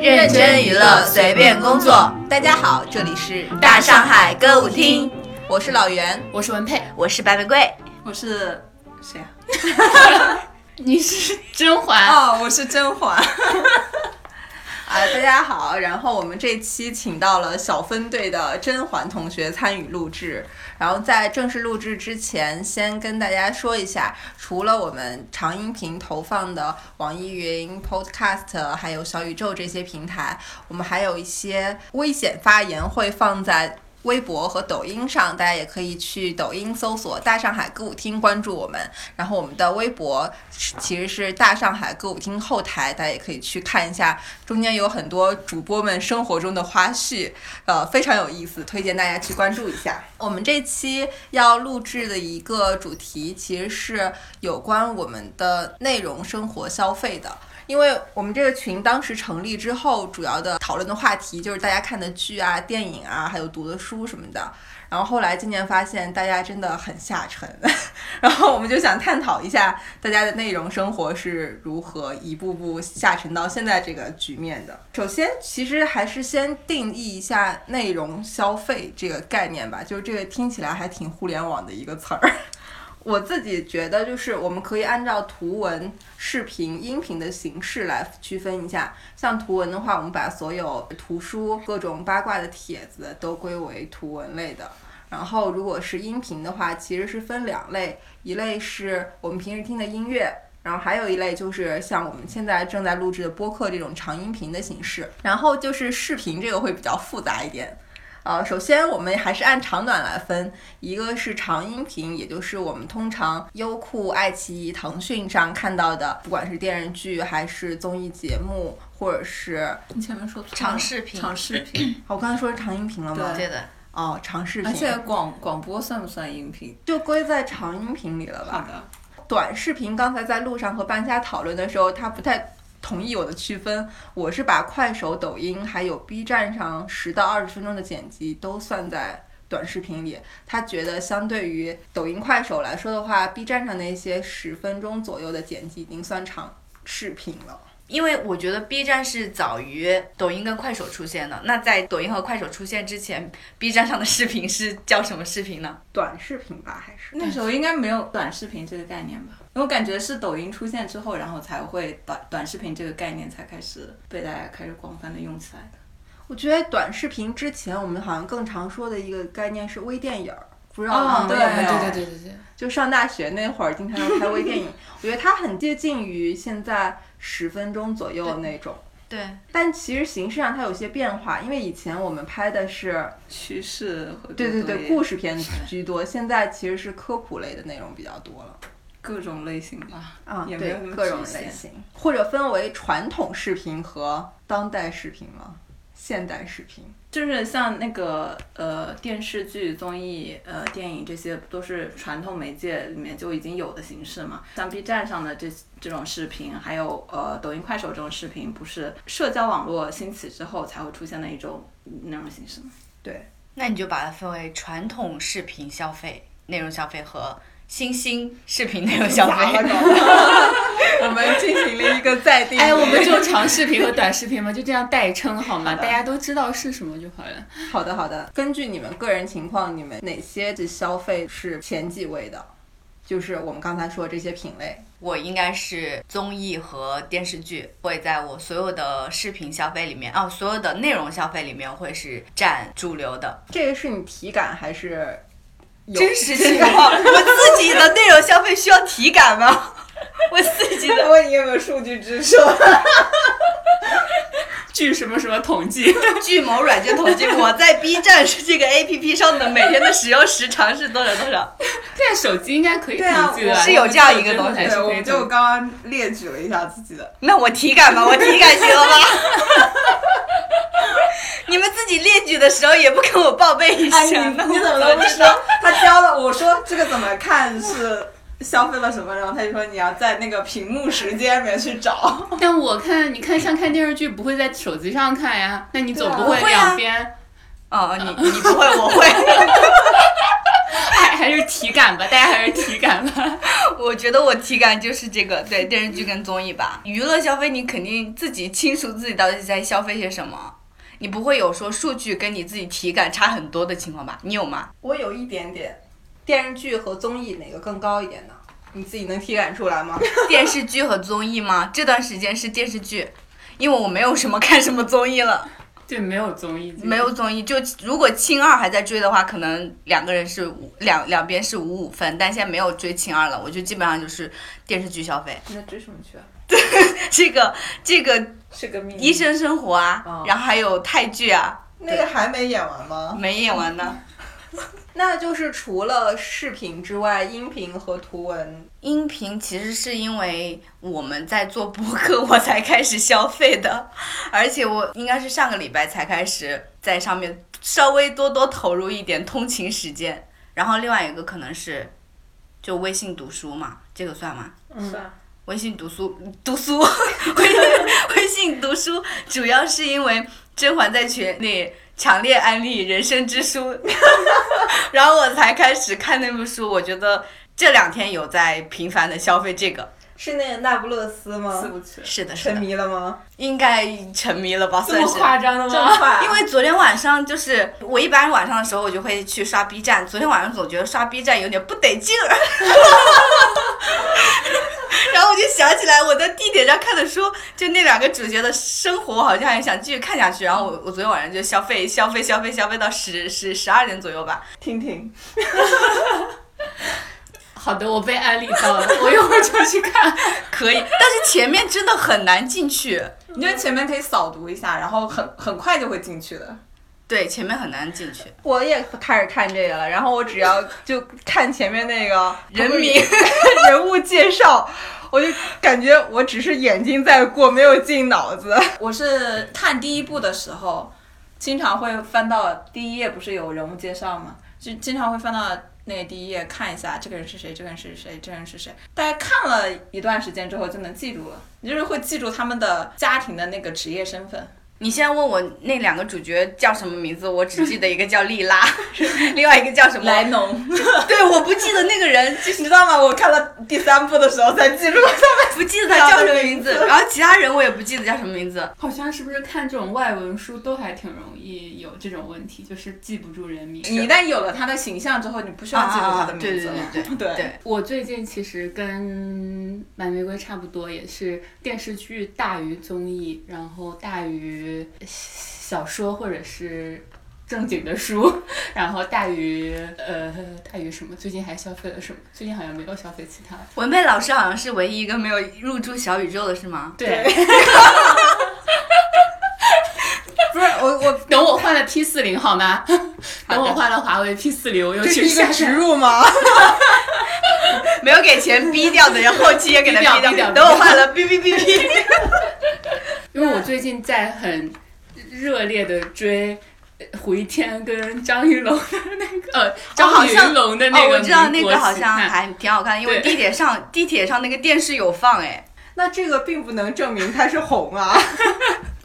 认真娱乐，随便工作。大家好，这里是大上海歌舞厅，我是老袁，我是文佩，我是白玫瑰。我是谁啊？你是甄嬛。哦，我是甄嬛。 啊，大家好！然后我们这期请到了小分队的甄嬛同学参与录制。然后在正式录制之前，先跟大家说一下，除了我们长音频投放的网易云 Podcast，还有小宇宙这些平台，我们还有一些危险发言会放在。微博和抖音上，大家也可以去抖音搜索“大上海歌舞厅”关注我们。然后我们的微博是其实是“大上海歌舞厅”后台，大家也可以去看一下，中间有很多主播们生活中的花絮，呃，非常有意思，推荐大家去关注一下。我们这期要录制的一个主题其实是有关我们的内容生活消费的。因为我们这个群当时成立之后，主要的讨论的话题就是大家看的剧啊、电影啊，还有读的书什么的。然后后来今年发现大家真的很下沉，然后我们就想探讨一下大家的内容生活是如何一步步下沉到现在这个局面的。首先，其实还是先定义一下内容消费这个概念吧，就是这个听起来还挺互联网的一个词儿。 我自己觉得，就是我们可以按照图文、视频、音频的形式来区分一下。像图文的话，我们把所有图书、各种八卦的帖子都归为图文类的。然后，如果是音频的话，其实是分两类，一类是我们平时听的音乐，然后还有一类就是像我们现在正在录制的播客这种长音频的形式。然后就是视频，这个会比较复杂一点。呃，首先我们还是按长短来分，一个是长音频，也就是我们通常优酷、爱奇艺、腾讯上看到的，不管是电视剧还是综艺节目，或者是啊你前面说错了长视频长视频，哦我刚才说是长音频了吗？对的，哦，长视频，而且广广播算不算音频？就归在长音频里了吧？的，短视频刚才在路上和半夏讨论的时候，他不太同意我的区分。我是把快手、抖音还有 B 站上十到二十分钟的剪辑都算在短视频里。他觉得相对于抖音、快手来说的话，B 站上那些十分钟左右的剪辑已经算长视频了。因为我觉得 B 站是早于抖音跟快手出现的。那在抖音和快手出现之前，B 站上的视频是叫什么视频呢？短视频吧，还是那时候应该没有短视频这个概念吧？因为我感觉是抖音出现之后，然后才会短短视频这个概念才开始被大家开始广泛的用起来的。我觉得短视频之前，我们好像更常说的一个概念是微电影儿，不知道哦你们对有没有对对对对对，就上大学那会儿，经常要拍微电影， 我觉得它很接近于现在十分钟左右那种。对，但其实形式上它有些变化，因为以前我们拍的是趋势和对对对故事事片 居多，现在其实是科普类的内容比较多了。各种类型吧，啊，也没对有那么各种局限类型，或者分为传统视频和当代视频了，现代视频。就是像那个呃电视剧、综艺、呃电影这些，都是传统媒介里面就已经有的形式嘛。像 B 站上的这这种视频，还有呃抖音、快手这种视频，不是社交网络兴起之后才会出现的一种那种形式吗？那你就把它分为传统视频消费、内容消费和新兴视频内容 消费。 我们进行了一个再定义。哎，我们就长视频和短视频嘛，就这样代称好吗？大家都知道是什么就好了。好的，好的。根据你们个人情况，你们哪些的消费是前几位的？就是我们刚才说这些品类。我应该是综艺和电视剧会在我所有的视频消费里面，哦，所有的内容消费里面会是占主流的。这个是你体感还是有真实情 况，我自己的内容消费需要体感吗？ 我自己的问你有没有数据支撑？据什么什么统计，据某软件统计，我在 B 站是这个 APP 上的每天的使用时长是多少多少？现在手机应该可以统计对了，啊是有这样一个东西哎还是可以统计。刚刚列举了一下自己 的。那我体感吧，我体感行了 吧？你们自己列举的时候也不跟我报备一哎，下，你那你我怎么怎能么不知知道？道？他教了我说这个怎么看是消费了什么，然后他就说你要在那个屏幕时间里面去找。但我看，你看像看电视剧不会在手机上看呀，那你总不会对啊我会啊两边，哦，你你不会， 我会，哎还还是体感吧，大家还是体感吧。 我觉得我体感就是这个，对电视剧跟综艺吧。娱乐消费你肯定自己清楚自己到底在消费些什么，你不会有说数据跟你自己体感差很多的情况吧？你有吗？ 我有一点点，电视剧和综艺哪个更高一点呢？你自己能体感出来 吗？电视剧和综艺吗？这段时间是电视剧，因为我没有什么看什么综艺了，对，没有综艺，没有综艺。就如果青二还在追的话，可能两个人是五两两边是五五分，但现在没有追青二了，我就基本上就是电视剧消费。 你在追什么剧啊？这个这个是个秘密。医生生活啊，哦然后还有泰剧啊，那个还没演完吗？没演完呢。那就是除了视频之外，音频和图文音频其实是因为我们在做播客， 我才开始消费的，而且我应该是上个礼拜才开始在上面稍微多多投入一点通勤时间。然后另外一个可能是，就微信读书嘛，这个算吗？算微信读书，读书， 微信微信读书，主要是因为甄嬛在群里强烈安利《人生之书》， 然后我才开始看那部书。我觉得这两天有在频繁的消费这个，是那个那不勒斯四吗？部曲。是的，是沉的，迷了 吗？应该沉迷了吧，这算么是。夸张的这吗么？快？因为昨天晚上就是我一般晚上的时候，我就会去刷 B 站。昨天晚上总觉得刷 B 站有点不得劲儿， 然后我就想起来我在地铁上看的书，就那两个主角的生活，好像还想继续看下去。然后我我昨天晚上就消费消费消费消费到十十十二点左右吧。听听，好的，我被安利到了，我一会儿就去看。可以，但是前面真的很难进去，你就前面可以扫读一下，然后很很快就会进去的。对，前面很难进去。我也开始看这个了。然后我只要就看前面那 个人名 人物介绍，我就感觉我只是眼睛在过，没有进脑子。 我是看第一部的时候，经常会翻到第一页，不是有人物介绍吗？就经常会翻到那个第一页看一下这个人是谁，这个人是谁，这个人是谁。大家看了一段时间之后就能记住了，你就是会记住他们的家庭的那个职业身份。你现在问我那两个主角叫什么名字，我只记得一个叫莉拉， 另外一个叫什么莱农， 对，我不记得那个人，就是你知道吗？我看了第三部的时候才记住不记得他叫什么名字，然后其他人我也不记得叫什么名字。好像是不是看这种外文书都还挺容易有这种问题，就是记不住人名。你一旦有了他的形象之后，你不需要记住他的名字了。啊对对对 对对我最近其实跟蓝玫瑰差不多，也是电视剧大于综艺，然后大于小说或者是正经的书， 然后大于呃大于什么？最近还消费了什么？最近好像没有消费其他的。文佩老师好像是唯一一个没有入驻小宇宙的，是吗？对，不是我我等我换了 P 四零好吗？ 等我换了华为 P 四零，我又这是去一个下植载。入吗？没有给钱逼掉的人，后期也给他逼逼掉逼掉等我换了，哔哔哔哔。因为我最近在很热烈的追呃胡一天跟张云龙的那个呃哦好张云像龙的 哦，那个、我知道那个好像还挺好看的，因为对地铁上地铁上那个电视有放哎。那这个并不能证明它是红啊。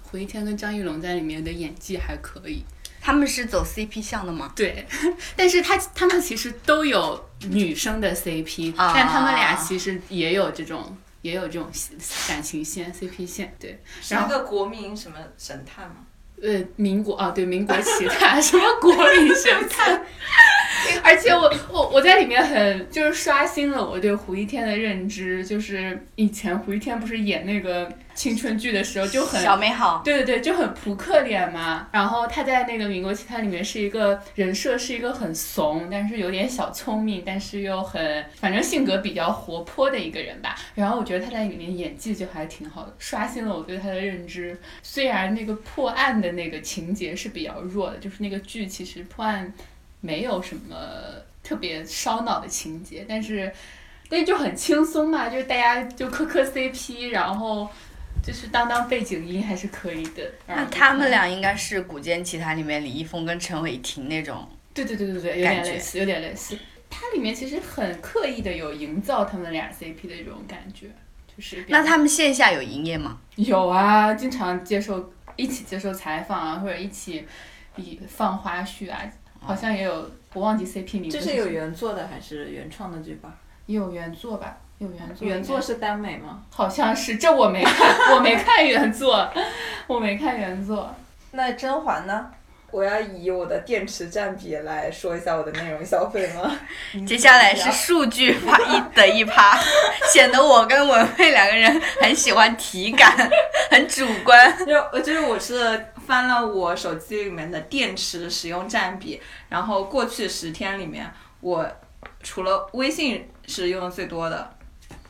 胡一天跟张云龙在里面的演技还可以，他们是走 CP 向的吗？对， 但是他他们其实都有女生的 CP，、啊但他们俩其实也有这种也有这种感情线 CP 线，对，是然后个国民什么神探吗？呃，民国啊，对，民国奇谭， 什么国民神探，而且我我我在里面很就是刷新了我对胡一天的认知，就是以前胡一天不是演那个青春剧的时候就很小美好，对对对，就很扑克脸嘛。然后他在那个《民国奇谭》里面是一个人设，是一个很怂，但是有点小聪明，但是又很反正性格比较活泼的一个人吧。然后我觉得他在里面演技就还挺好的，刷新了我对他的认知。虽然那个破案的那个情节是比较弱的，就是那个剧其实破案没有什么特别烧脑的情节，但是。但是就很轻松嘛，就是大家就磕磕 CP，然后就是当当背景音还是可以的。然那后他们俩应该是《古剑奇谭》里面李易峰跟陈伟霆那种。对对对对对，有感点觉类似，有点类似。它里面其实很刻意的有营造他们俩 CP 的这种感觉，就是比较那他们线下有营业吗？有啊，经常接受一起接受采访啊，或者一起以放花絮啊，好像也有我忘记 CP 名字这什么，是有原作的还是原创的剧本？也有原作吧。有原作，啊原作是耽美吗？好像是，这我没看，我没看原作， 我没看原作。 那甄嬛呢？我要以我的电池占比来说一下我的内容消费吗？接下来是数据趴一的一 趴，显得我跟文慧两个人很喜欢体 感，很主观。 就我就是我是翻了我手机里面的电池使用占比，然后过去十天里面，我除了微信是用的最多的，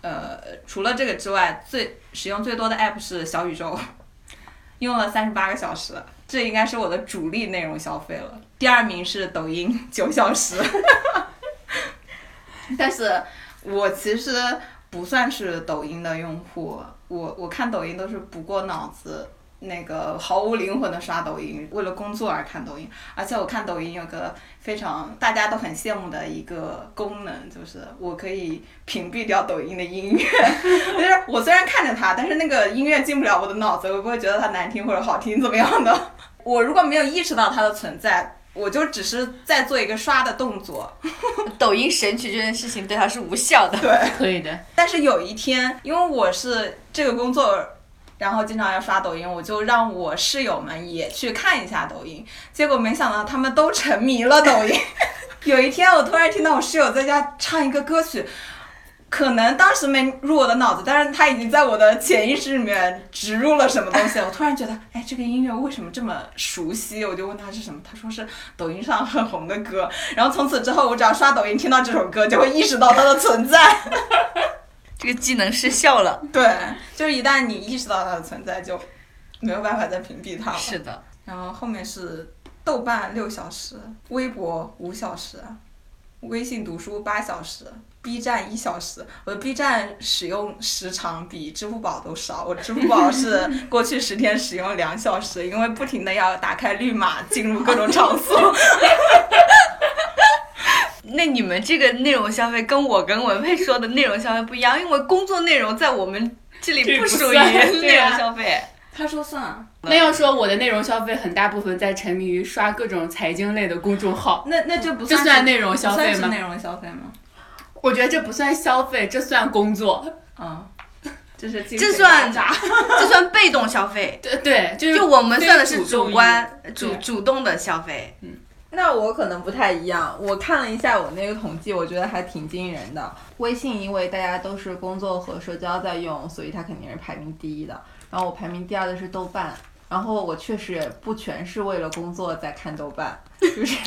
呃，除了这个之外，最使用最多的 app 是小宇宙，用了三十八个小时。这应该是我的主力内容消费了。第二名是抖音，九小时。 但是，我其实不算是抖音的用户，我我看抖音都是不过脑子，那个毫无灵魂的刷抖音，为了工作而看抖音。而且我看抖音有个非常大家都很羡慕的一个功能，就是我可以屏蔽掉抖音的音乐。 就是我虽然看着它，但是那个音乐进不了我的脑子，我不会觉得它难听或者好听怎么样的。我如果没有意识到它的存在，我就只是在做一个刷的动作。抖音神曲这件事情对他是无效的。对，可以的，但是有一天，因为我是这个工作，然后经常要刷抖音，我就让我室友们也去看一下抖音。结果没想到他们都沉迷了抖音。有一天，我突然听到我室友在家唱一个歌曲，可能当时没入我的脑子，但是他已经在我的潜意识里面植入了什么东西。我突然觉得，哎，这个音乐为什么这么熟悉？我就问他是什么，他说是抖音上很红的歌。然后从此之后，我只要刷抖音听到这首歌，就会意识到它的存在。这个技能失效了。 对，就是一旦你意识到它的存在，就没有办法再屏蔽它了。是的，然后后面是豆瓣六小时，微博五小时，微信读书八小时，B 站一小时。我的 B 站使用时长比支付宝都少，我支付宝是过去十天使用两小时，因为不停的要打开绿码进入各种场所。那你们这个内容消费跟我跟文佩说的内容消费不一样，因为工作内容在我们这里这不不属于算 内对啊容消费。 他说算啊，那要说我的内容消费很大部分在沉迷于刷各种财经类的公众号，那那这不这算算是内容不消算费是吗内容消费吗？我觉得这不算消费，这算工作。啊、这是精这神算压榨这算被动消费，对对，就是就我们算的是非主主动观主对主动的消费。那我可能不太一样，我看了一下我那个统计，我觉得还挺惊人的。微信因为大家都是工作和社交在用，所以它肯定是排名第一的。然后我排名第二的是豆瓣，然后我确实也不全是为了工作在看豆瓣，就是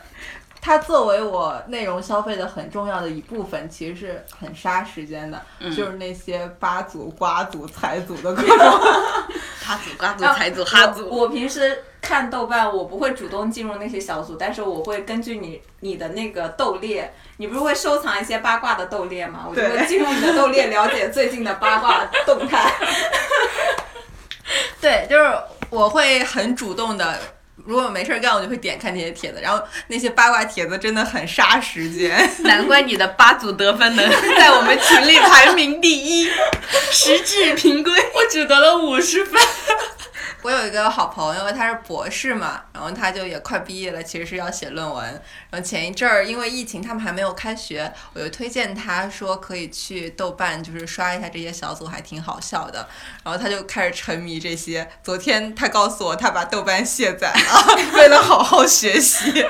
它作为我内容消费的很重要的一部分，其实是很杀时间的，嗯就是那些八组、瓜组、 财组的各种。哈组、瓜组、啊财组、哈我组，我平时看豆瓣，我不会主动进入那些小组，但是我会根据你你的那个豆列，你不是会收藏一些八卦的豆列吗？我就会对进入你的豆列，了解最近的八卦动态。 对，就是我会很主动的，如果没事儿干，我就会点开那些帖子，然后那些八卦帖子真的很杀时间。 难怪你的八组得分能 在我们群里排名 第一，实至名归。我只得了五十分。我有一个好朋友，他是博士嘛，然后他就也快毕业了，其实是要写论文。然后前一阵儿因为疫情，他们还没有开学，我就推荐他说可以去豆瓣，就是刷一下这些小组，还挺好笑的。然后他就开始沉迷这些。昨天他告诉我，他把豆瓣卸载了， 为了好好学习。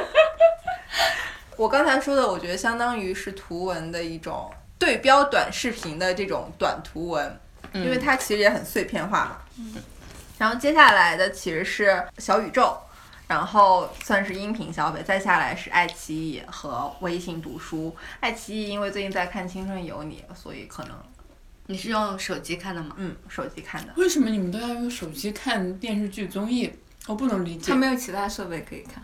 我刚才说的，我觉得相当于是图文的一种对标短视频的这种短图文，嗯嗯因为它其实也很碎片化嘛。嗯然后接下来的其实是小宇宙，然后算是音频消费，再下来是爱奇艺和微信读书。爱奇艺因为最近在看《青春有你》，所以可能你是用手机看的吗？嗯手机看的。为什么你们都要用手机看电视剧、综艺？我不能理解他。没有其他设备可以看。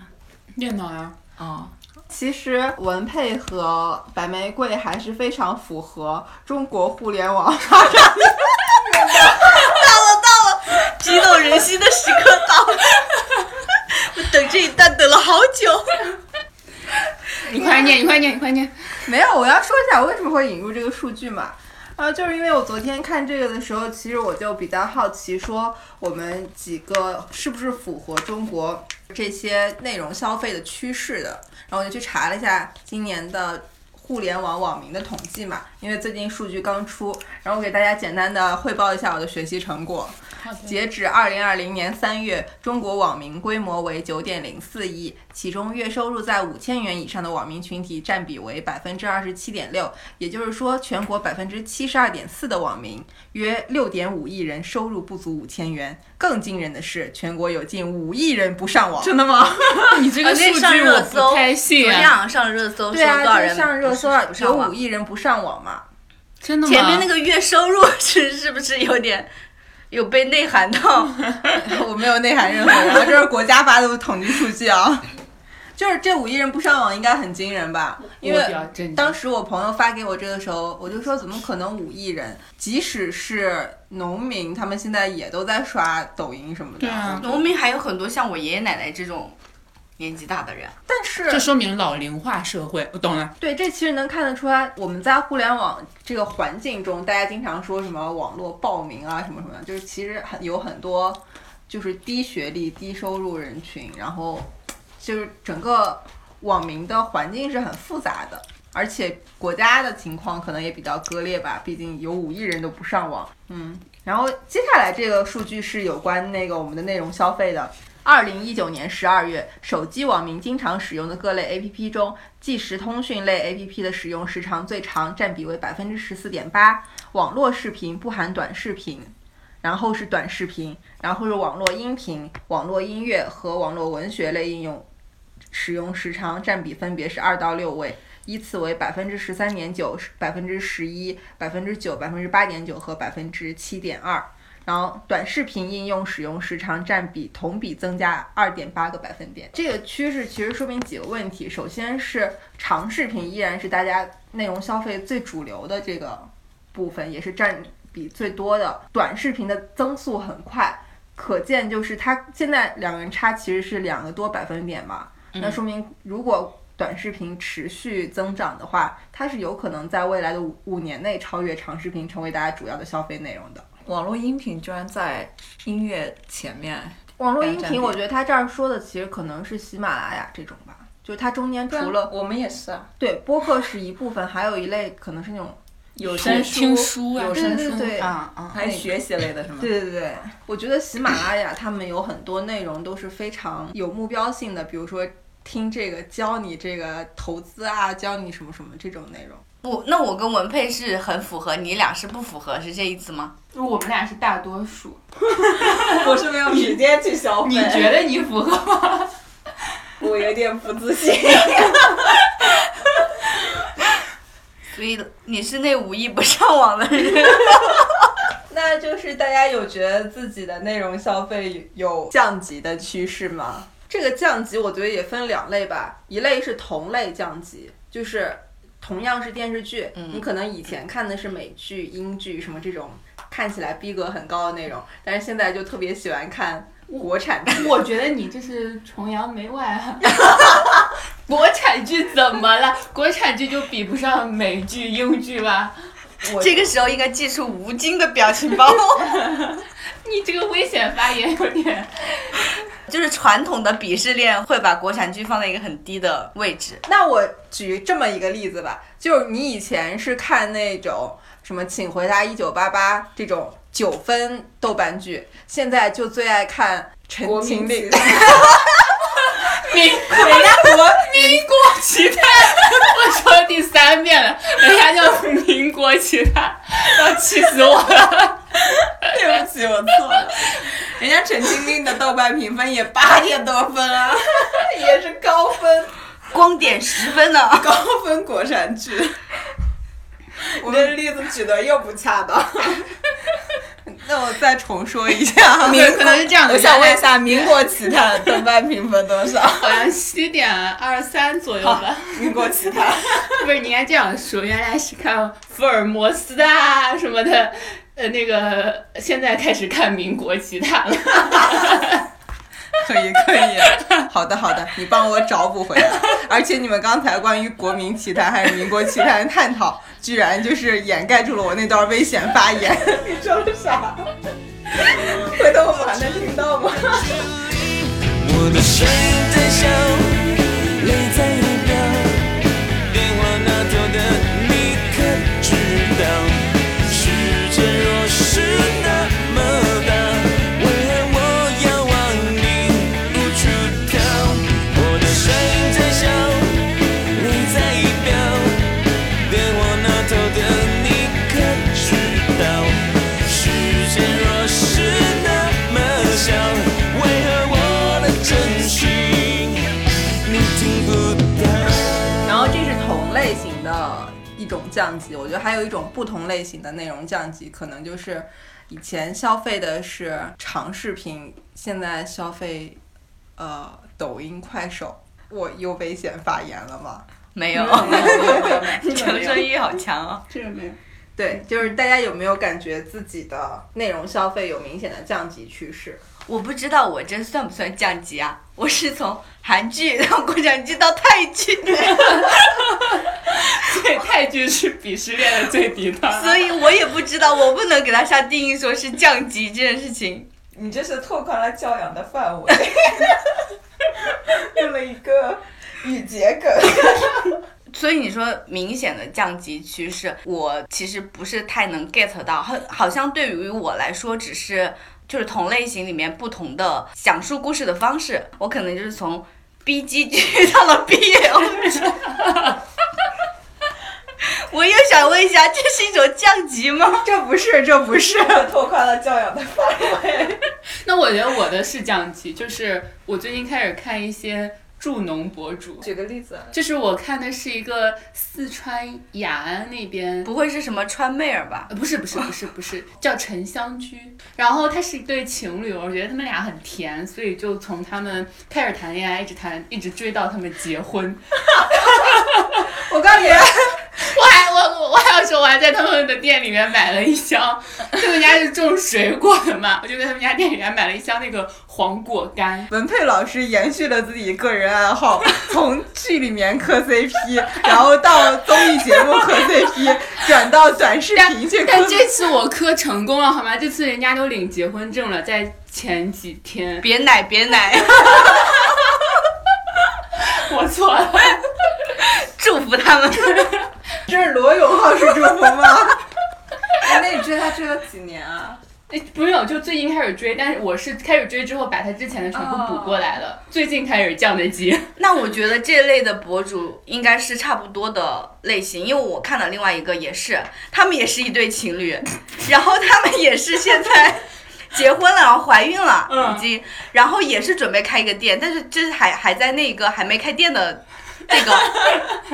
电脑啊呀、哦，其实文佩和白玫瑰还是非常符合中国互联网发展激动人心的时刻到了，我等这一段等了好久。你快念，你快念，你快念。 没有，我要说一下我为什么会引入这个数据嘛。啊，就是因为我昨天看这个的时候，其实我就比较好奇，说我们几个是不是符合中国这些内容消费的趋势的。然后我就去查了一下今年的互联网网民的统计嘛，因为最近数据刚出，然后我给大家简单的汇报一下我的学习成果。好的截止二零二零年三月，中国网民规模为九点零四亿，其中月收入在五千元以上的网民群体占比为百分之二十七点六，也就是说，全国百分之七十二点四的网民，约六点五亿人收入不足五千元。更惊人的是，全国有近五亿人不上网。真的吗？ 你这个而数且啊上据我热搜不太昨信天啊，晚上上热搜，对说啊，多少就是人上热搜不上有网五亿人不上网嘛。 真的吗？前面那个月收入是是不是有点有被内 涵到？我没有内涵任何人啊，这是国家发的统计数据啊。 就是这五亿人不上网应该很惊人吧？因我比为较震惊。当时我朋友发给我这个时候，我就说怎么可能五亿人？即使是农民，他们现在也都在刷抖音什么的。对啊农民还有很多像我爷爷奶奶这种年纪大的人，但这是说明老龄化社会，我懂了。对，这其实能看得出来，我们在互联网这个环境中，大家经常说什么网络暴民啊，什么什么的，就是其实很有很多就是低学历、低收入人群，然后就是整个网民的环境是很复杂的，而且国家的情况可能也比较割裂吧，毕竟有五亿人都不上网。嗯，然后接下来这个数据是有关那个我们的内容消费的。二零一九年十二月，手机网民经常使用的各类 APP 中，即时通讯类 APP 的使用时长最长，占比为百分之十四点八。网络视频不含短视频，然后是短视频，然后是网络音频、网络音乐和网络文学类应用，使用时长占比分别是二到六位，依次为百分之十三点九、百分之十一、百分之九、百分之八点九和百分之七点二。然后短视频应用使用时长占比同比增加二点八个百分点。这个趋势其实说明几个问题，首先是长视频依然是大家内容消费最主流的这个部分，也是占比最多的，短视频的增速很快，可见就是它现在两个人差其实是两个多百分点嘛，那说明如果。短视频持续增长的话，它是有可能在未来的五五年内超越长视频，成为大家主要的消费内容的。网络音频居然在音乐前面，网络音占频，比我觉得他这儿说的其实可能是喜马拉雅这种吧，就是它中间除了啊我们也是啊，对播客是一部分，还有一类可能是那种有听声书、听书啊，有对声对书对啊啊，还有学习类的是吗？，对对对，我觉得喜马拉雅他们有很多内容都是非常有目标性的，比如说听这个教你这个投资啊，教你什么什么这种内容。不，那我跟文佩是很符合，你俩是不符合，是这意思吗？我们俩是大多数。我是没有时间去消费，你觉得你符合吗？ 我有点不自信。所以你是那五亿不上网的人，那就是大家有觉得自己的内容消费有降级的趋势吗？这个降级我觉得也分两类吧，一类是同类降级，就是同样是电视剧，嗯你可能以前看的是美剧、英剧什么这种看起来逼格很高的内容，但是现在就特别喜欢看国产剧。我觉得你这是崇洋媚外啊。 国产剧怎么了？国产剧就比不上美剧、英剧吧？这个时候应该祭出吴京的表情包， 你这个危险发言有点……就是传统的鄙视链会把国产剧放在一个很低的位置。那我举这么一个例子吧，就是你以前是看那种什么《请回答一九八八》这种九分豆瓣剧，现在就最爱看陈国情令。民 民人家国民国其他，我说了第三遍了，人家叫民国其他，要气死我了。对不起，我错了。人家陈情令的豆瓣评分也八点多分啊， 也是高分。 光点十分呢，高分国产 剧。我们的例子举的又不恰当。 那我再重说一下， 对可能是这样的我想问一原下，民国其他的豆瓣评分多少？好像七点二三左右吧。民国其他不是，你应该这样说，原来是看福尔摩斯啊什么的，呃，那个现在开始看民国其他 了。可以可以。 好的好的，你帮我找补回来。而且你们刚才关于国民奇谭还有民国奇谭的探讨，居然就是掩盖住了我那段危险发言。 你说的啥？回头我们还能听到吗？我的声音在响，泪在流表，电话那头的类型的一种降级，我觉得还有一种不同类型的内容降级，可能就是以前消费的是长视频，现在消费呃抖音、快手。我有危险发言了吗？没 没有，有没 有没有没有没有，求生欲好强哦。这个没有。对，就是大家有没有感觉自己的内容消费有明显的降级趋势？我不知道我这算不算降级啊？我是从韩剧到国产剧到泰剧， 对，泰剧是鄙视链的最底端。所以我也不知道，我不能给他下定义说是降级这件事情。你这是拓宽了教养的范 围，用了一个语结梗。所以你说明显的降级趋势，我其实不是太能 get 到，好，好像对于我来说，只是就是同类型里面不同的讲述故事的方式，我可能就是从 B G 剧到了 B L 剧。 我又想问一下，这是一种降级吗？这不是，这不是，拓宽了教养的范围。 那我觉得我的是降级，就是我最近开始看一些助农博主，举个例子，就是我看的是一个四川雅安那边不会是什么川妹儿吧？呃，不是不是不是不是，叫沉香居。然后他是一对情侣，我觉得他们俩很甜，所以就从他们开始谈恋爱，一直谈，一直追到他们结婚。我告诉你，我还我我我还要说，我还在他们的店里面买了一箱，他们家是种水果的嘛，我就在他们家店里面买了一箱那个黄果干。文佩老师延续了自己个人爱好， 从剧里面磕 CP，然后到综艺节目磕 CP，转到短视频去磕但。这次我磕成功了，好吗？这次人家都领结婚证了，在前几天，别奶别奶， 我错了。祝福他们。这是罗永浩是祝福吗？哎，那你追他追了几年啊？哎，不是有，就最近开始追，但是我是开始追之后把他之前的全部补过来了，最近开始降的级。那我觉得这类的博主应该是差不多的类型，因为我看了另外一个也是，他们也是一对情侣，然后他们也是现 在结婚了，然后怀孕了，嗯已经，然后也是准备开一个店，但是就是还还在那个还没开店的。这个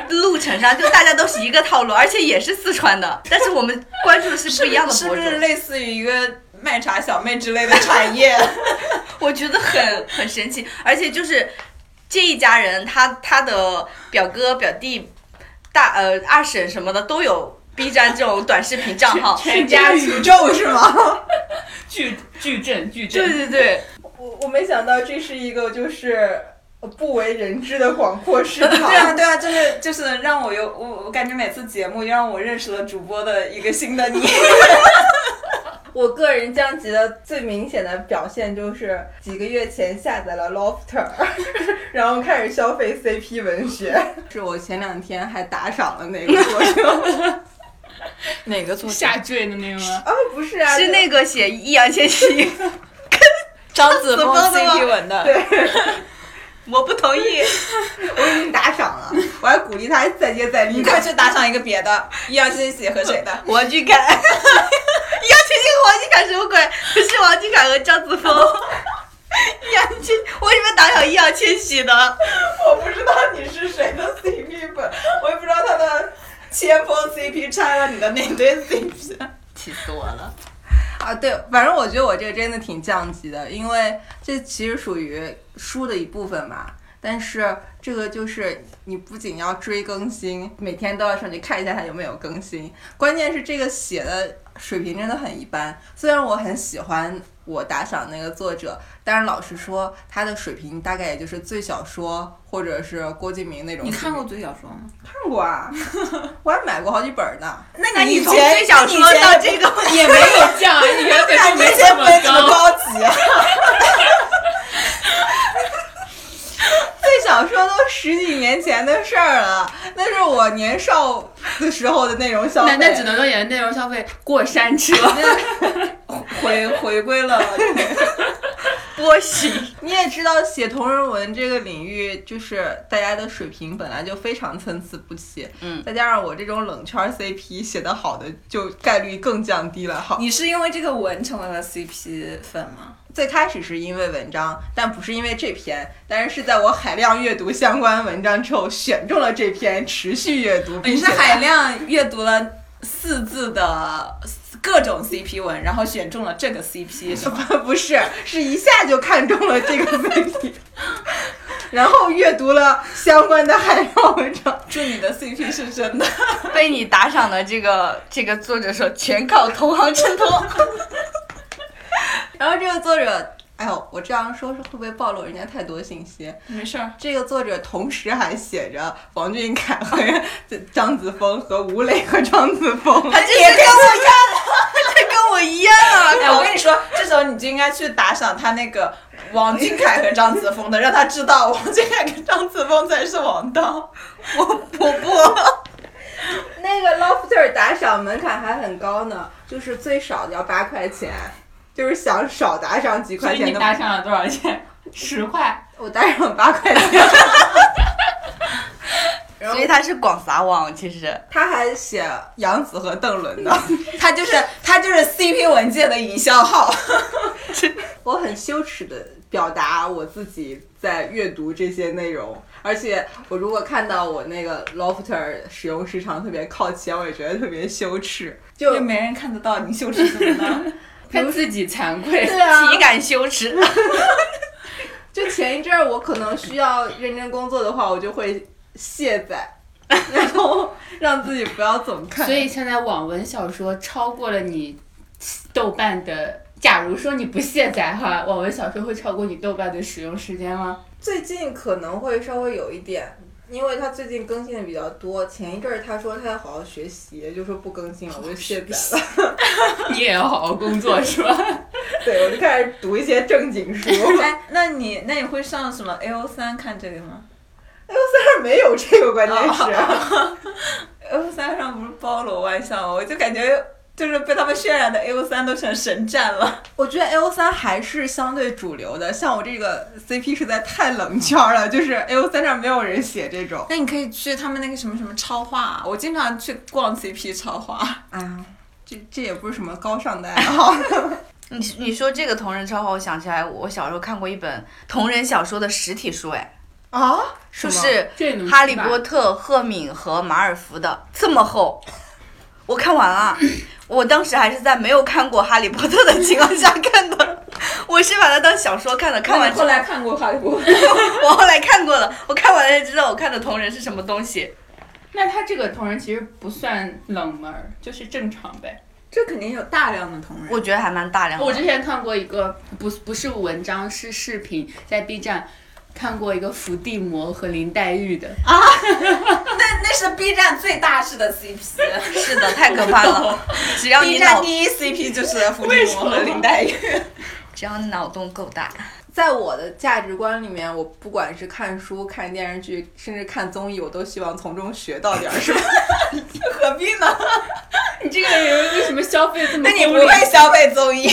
路程上，就大家都是一个套路，而且也是四川的，但是我们关注的是不一样的是博不主，是类似于一个卖茶小妹之类的产业？我觉得很很神奇，而且就是这一家人，他他的表哥、表弟、大呃二婶什么的都有 B 站这种短视频账号。全家宇宙是吗？矩矩阵矩对阵，对对，我我没想到这是一个就是不为人知的广阔 市对场。啊，对啊，就是就是让我有我我感觉每次节目让我认识了主播的一个新的你。我个人降级的最明显的表现就是几个月前下载了 Lofter，然后开始消费 CP 文学。是我前两天还打赏了 那个作者哪个作下坠的那个吗？啊，不是啊，是那个写易烊千玺，张子枫子枫的吗 CP 文的。我不同意。 我已经打赏了，我还鼓励他再接再厉你呢。快去打赏一个别的，易烊千玺和谁的？王俊凯，易烊 千玺和王俊凯什么鬼？不是王俊凯和张子枫。易烊千，我以为打小易烊千玺的。我不知道你是谁的 CP 粉，我也不知道他的前锋 CP 拆了你的哪堆 CP。 气死我了！啊，对，反正我觉得我这个真的挺降级的，因为这其实属于书的一部分嘛。但是这个就是你不仅要追更新，每天都要上去看一下它有没有更新，关键是这个写的水平真的很一般。虽然我很喜欢我打赏那个作者，但是老实说，他的水平大概也就是最小说或者是郭敬明那种水平。 《最小说》吗？ 看过 啊？我还买过好几本儿呢。那那你以从前最小说到这个，也没有降啊，你原本就那没你以这 前么分什么高。高级啊？最小说都十几年前的事儿了，那是我年少的时候的内容消费。那那只能说你的内容消费过山车，回回归了， 波西。 你也知道，写同人文这个领域，就是大家的水平本来就非常参差不齐。嗯再加上我这种冷圈 CP 写的好的，就概率更降低了。好，你是因为这个文成为了 CP 粉吗？最开始是因为文章，但不是因为这篇，但是是在我海量阅读相关文章之后，选中了这篇，持续阅读。哦你并是且海量阅读了四字的各种 CP 文，然后选中了这个 CP 是吗？ 不是，是一下就看中了这个 CP，然后阅读了相关的海量文章。祝你的 CP 是真的。被你打赏的这个这个作者说，全靠同行衬托。然后这个作者，哎呦，我这样说是会不会暴露人家太多信息？没事儿，这个作者同时还写着王俊凯和 张子枫和吴磊和张子 枫。他这也跟我一样，这跟 我一样啊！哎，我跟你说，这时候你就应该去打赏他那个王俊凯和张子枫的，让他知道王俊凯跟张子枫才是王道。 那个 Lofter 打赏门槛还很高呢，就是最少的要八块钱，就是想少打赏几所块以你钱的。打赏了多少钱？十块。我打赏八块钱。所以他是广撒网，其实他还写杨紫和邓伦呢， 他就是他就是 CP 文界的营销号。 我很羞耻的表达我自己在阅读这些内容，而且我如果看到我那个 Lofter 使用时长特别靠前，我也觉得特别羞耻。就就没人看得到你羞耻什 么呢？他自己惭愧，对啊，体感羞耻。 就前一阵儿我可能需要认真工作的话，我就会卸 载，然后让自己不要总看。所以现在网文小说超过了你豆瓣的。假如说你不卸载哈，网文小说会超过你豆瓣的使用时间吗？最近可能会稍微有一点，因为他最近更新的比较多。前一阵儿他说他要好好学习，就哦说不更新了，我就卸载了。 你也要好好工作是吧？对，我就开始读一些正经 书。哎，那你那你会上什么 A O 三看这个吗但是没有这个，关键啊是？A O 三上不是包罗万象吗？我就感觉就是被他们渲染的 A O 三都成神战了。 我觉得 A O 三还是相对主流的。像我这个 C P 实在太冷 圈儿了，就是 A O 三上没有人写这种。 那你可以去他们那个什么什么超话，啊我经常去逛 CP 超话。啊，这这也不是什么高尚的爱好。你你说这个同人超话，我想起来，我小时候看过一本同人小说的实体书，哎， 啊，就就是 这能《出哈利吧波特》赫敏和马尔福的，这么厚，我看完 了。我当时还是在没有看过《哈利波特》的情 况下看的，我是把它当小说看的。看完之后，来看过哈利波特，我后来看过了，我看完了就知道我看的同人是什么东西。那他这个同人其实不算冷门儿，就是正常呗。 这肯定有大量的同人。我觉得还蛮大量的。我之前看过一个，不不是文章，是视频，在 B 站看过一个伏地魔和林黛玉的，那那是 B 站最大势的 CP，是的，太可怕了。只要 B 你站脑，第一 CP 就是伏地魔和林黛玉。只要你脑洞够大，在我的价值观里面，我不管是看书、看电视剧，甚至看综艺，我都希望从中学到 点儿什么。何必呢？你这个人为什么消费 这么那你不多？会消费综艺？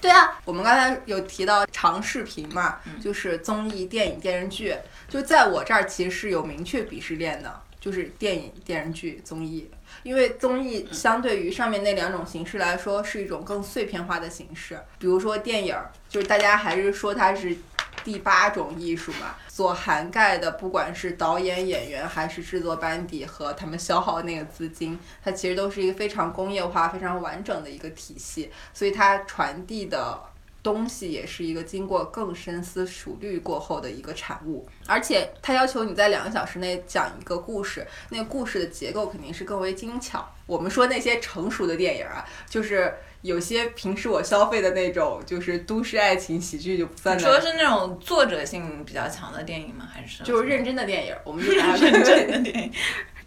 对啊，嗯我们刚才有提到长视频嘛，就是综艺、电影、电视剧，就在我这儿其实是有明确鄙视链的，就是电影、电视剧、综艺，因为综艺相对于上面那两种形式来说，是一种更碎片化的形式。比如说电影儿，就是大家还是说它是第八种艺术嘛，所涵盖的不管是导演、演员，还是制作班底和他们消耗那个资金，它其实都是一个非常工业化、非常完整的一个体系，所以它传递的。东西也是一个经过更深思熟虑过后的一个产物，而且它要求你在两个小时内讲一个故事，那个故事的结构肯定是更为精巧。我们说那些成熟的电影啊，就是有些平时我消费的那种，就是都市爱情喜剧就不 算在说是那种作者性比较强的电影吗？还是就是认真的电影，我们 就把它认真的电影？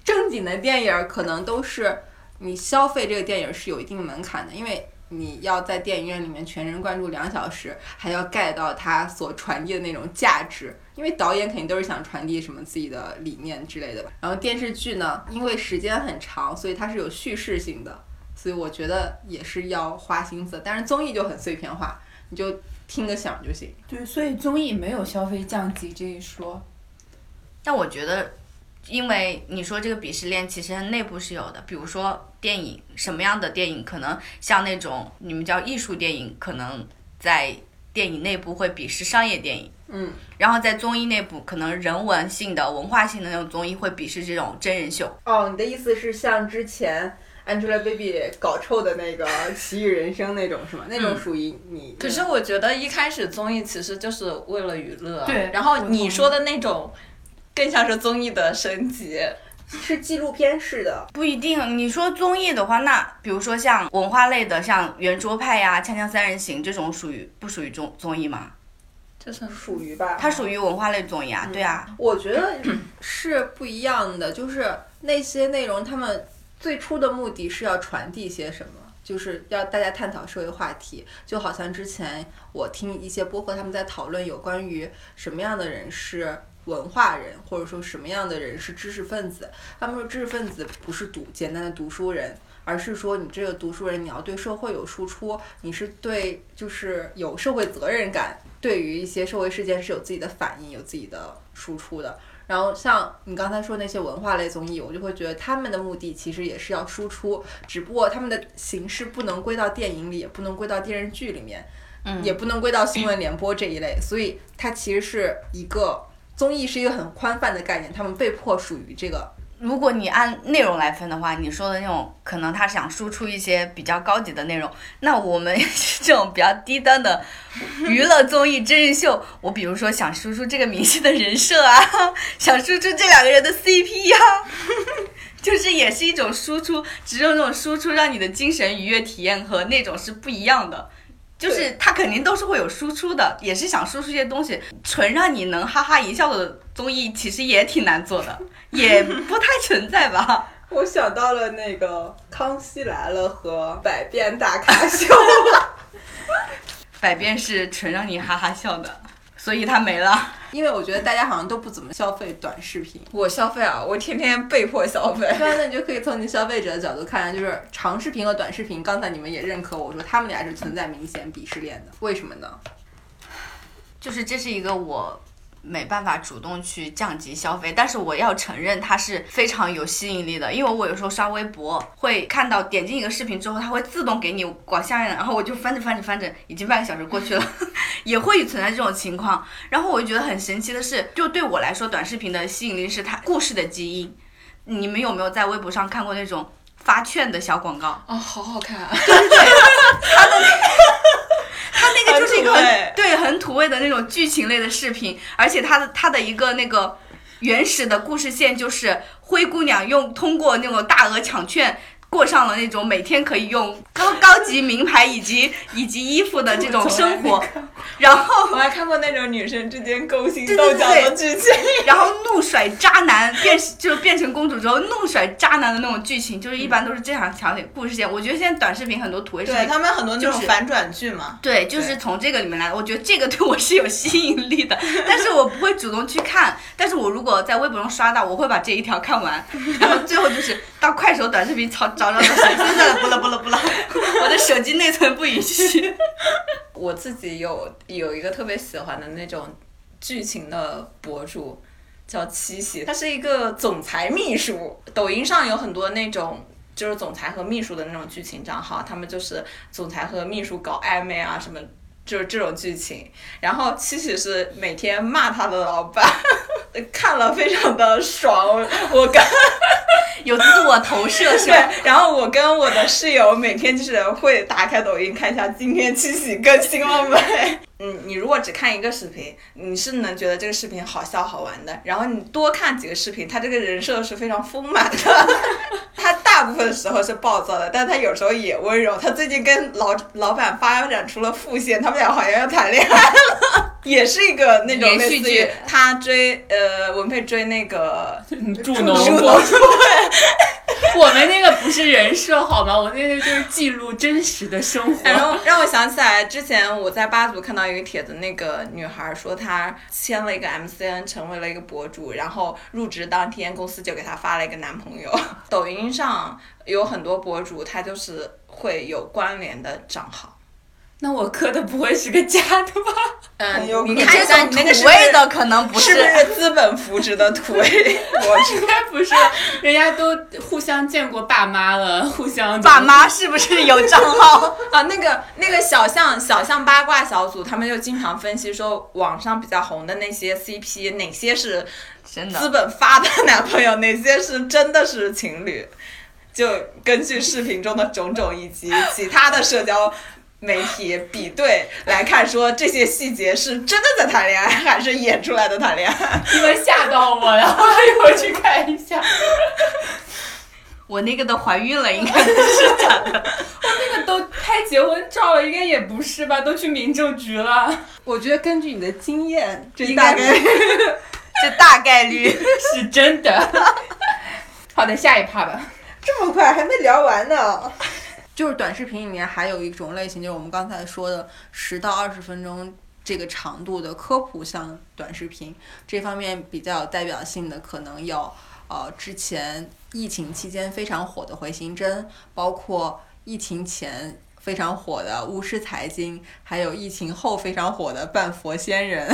正经的电影，可能都是你消费这个电影是有一定门槛的，因为你要在电影院里面全神贯注两小时，还要 get 到它所传递的那种价值。因为导演肯定都是想传递什么自己的理念之类的吧。然后电视剧呢，因为时间很长，所以它是有叙事性的，所以我觉得也是要花心思。但是综艺就很碎片化，你就听个响就行。 对，所以综艺没有消费降级这一说。但我觉得因为你说这个鄙视链其实内部是有的，比如说电影，什么样的电影可能像那种你们叫艺术电影，可能在电影内部会鄙视商业电影。嗯，然后在综艺内部，可能人文性的、文化性的那种综艺会鄙视这种真人秀。哦，你的意思是像之前 Angelababy 搞臭的那个 《奇遇人生》那种是吗？那嗯种属于你。可是我觉得一开始综艺其实就是为了娱乐，对然后你说的那种，更像是综艺的升级。是纪录片式的，不一定，你说综艺的话，那比如说像文化类的，像圆桌派呀、锵锵三人行这种，属于不属于综综艺吗？就是属于吧？它属于文化类综艺啊，对啊，我觉得是不一样的，就是那些内容，他们最初的目的是要传递些什么，就是要大家探讨社会话题。就好像之前我听一些播客，他们在讨论有关于什么样的人是文化人，或者说什么样的人是知识分子。他们说知识分子不是读简单的读书人。而是说，你这个读书人，你要对社会有输出，你是对就是有社会责任感，对于一些社会事件是有自己的反应、有自己的输出的。然后像你刚才说那些文化类综艺，我就会觉得他们的目的其实也是要输出，只不过他们的形式不能归到电影里，也不能归到电视剧里面，嗯也不能归到新闻联播这一类，所以它其实是一个综艺是一个很宽泛的概念，他们被迫属于这个。如果你按内容来分的话，你说的那种可能他想输出一些比较高级的内容，那我们这种比较低端的娱乐综艺真人秀，我比如说想输出这个明星的人设啊， 想输出这两个人的 CP 呀、 就是也是一种输出，只有那种输出让你的精神愉悦体验和那种是不一样的。就是他肯定都是会有输出的，也是想输出一些东西，纯让你能哈哈一笑的综艺，其实也挺难做的。也不太存在吧。我想到了那个《康熙来了》和《百变大咖秀》百变是纯让你哈哈笑的，所以它没了。 因为我觉得大家好像都不怎么消费短视频，我消费啊，我天天被迫消费。对啊，那你就可以从你消费者的角度看，就是长视频和短视频。刚才你们也认可我说，他们俩是存在明显鄙视链的，为什么呢？就是这是一个我没办法主动去降级消费，但是我要承认它是非常有吸引力的，因为我有时候刷微博会看到点进一个视频之后，它会自动给你往下面，然后我就翻着翻着翻着，已经半个小时过去了， 也会存在这种情况。然后我就觉得很神奇的是，就对我来说，短视频的吸引力是它故事的基因。你们有没有在微博上看过那种发券的小广告？哦，好好看、啊，它那个就是一个很土很味对很土味的那种剧情类的视频，而且它的它的一个那个原始的故事线就是灰姑娘用通过那种大额抢券。过上了那种每天可以用高高级名牌以及以及衣服的这种生活，然后 我还看过那种女生之间勾心对斗对角的剧情。然后怒甩渣男变就是变成公主之后怒甩渣男的那种剧情，就是一般都是这样强点故事线。我觉得现在短视频很多土味视频对他们很多那种就是反转剧嘛，对，就是从这个里面来的。我觉得这个对我是有吸引力的，但是我不会主动去看。但是我如果在微博上刷到，我会把这一条看完，然后最后就是到快手短视频找找找找，现在的不了不了不了，我的手机内存不允许。我自己有有一个特别喜欢的那种剧情的博主，叫七喜，他是一个总裁秘书。抖音上有很多那种就是总裁和秘书的那种剧情账号，他们就是总裁和秘书搞暧昧啊什么。就是这种剧情，然后七喜是每天骂他的老板， 看了非常的爽。我跟有自我投射是 对吧？，然后我跟我的室友每天就是会打开抖音看一下今天七喜更新了 没。嗯，你如果只看一个视频，你是能觉得这个视频好笑好玩的。然后你多看几个视频，他这个人设是非常丰满 的。他大部分时候是暴躁的，但他有时候也温柔。他最近跟老老板发展出了副线，他们俩好像要谈恋爱了， 也是一个那种连类续似于剧他追呃文佩追那个助农， 我们那个不是人设好吗？我那个就是记录真实的生活。 然后让我想起来，之前我在八组看到一个帖子，那个女孩说她签了一个 MCN，成为了一个博主，然后入职当天公司就给她发了一个男朋友。 抖音上有很多博主，他就是会有关联的账号。那我磕的不会是个假的吧？很有可你能。这种那个是土不味是的可能不是不是资本扶植的土味？ 我去，应该不是，人家都互相见过爸妈了， 互相爸妈是不是有 账号？啊，那个那个小象小象八卦小组，他们就经常分析说，网上比较红的那些 CP，哪些是真资的，本发的男朋友，哪些是真的是情侣，就根据视频中的种种以及其他的社交。媒体比对来看，说这些细节是真的在谈恋爱，还是演出来的谈恋爱？你们吓到我了， 我一会儿去看一下。 我那个都怀孕了，应该是假的。那个都拍结婚照了，应该也不是吧？都去民政局了，我觉得根据你的经验，这应大该概这大概率。 是真的。 好的，下一趴吧。这么快还没聊完呢。 就是短视频里面还有一种类型，就是我们刚才说的十到二十分钟这个长度的科普向短视频，这方面比较有代表性的可能有呃之前疫情期间非常火的回形针，包括疫情前。非常火的巫师财经，还有疫情后非常火的半佛仙人，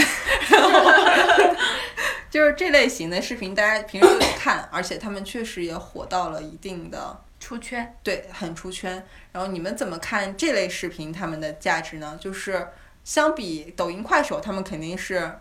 就是这类型的视频，大家平时都有看，而且他们确实也火到了一定的出圈，对，很出圈。然后你们怎么看这类视频它们的价值呢？就是相比抖音、快手，他们肯定是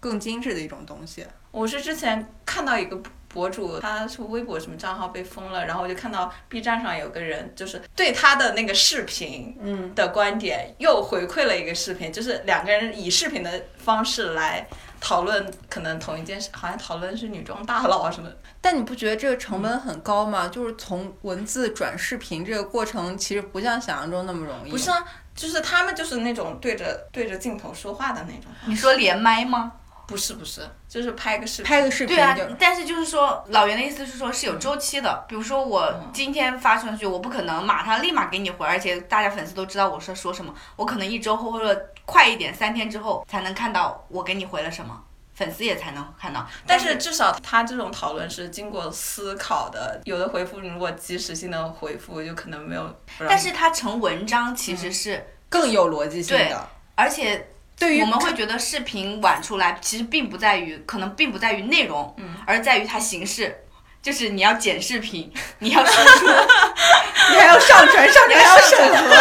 更精致的一种东西。我是之前看到一个博主，他是微博什么账号被封了，然后我就看到 B 站上有个人就是对他的那个视频，嗯，的观点又回馈了一个视频，就是两个人以视频的方式来讨论可能同一件事，好像讨论是女装大佬啊什么的，但你不觉得这个成本很高吗？就是从文字转视频这个过程，其实不像想象中那么容易。不是啊，就是他们就是那种对着对着镜头说话的那种，你说连麦吗？不是不是，就是拍个视频，拍个视频对啊就、，嗯但是就是说，老袁的意思是说是有周期的。比如说我今天发出去，我不可能马上立马给你回，而且大家粉丝都知道我是说什么，我可能一周后或者快一点，三天之后才能看到我给你回了什么，粉丝也才能看啊到。但是至少他这种讨论是经过思考的，有的回复你如果及时性的回复，就可能没有。但是它成文章其嗯实是，更有逻辑性的。而且对于我们会觉得视频晚出来，其实并不在于，可能并不在于内容，嗯而在于它形式。就是你要剪视频，你要输出， 你还要上传，上传还要审核。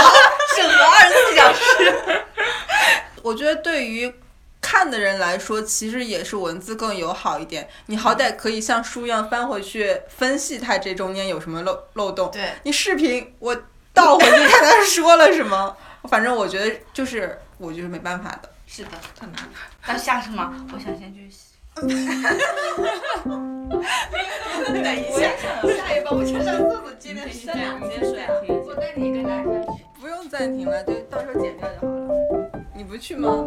审核二十四小时。 我觉得对于看的人来说，其实也是文字更友好一点。你好歹可以像书一样翻回去分析它这中间有什么漏漏洞。对，你视频我倒回去看他说了什么，反正我觉得就是我就是没办法的。是的，很难。要下是吗？我想先去洗。等一下，下一把我去上厕所，今天上两天睡啊。我跟你跟大家说。不用暂停了，就到时候剪掉就好了。你不去吗？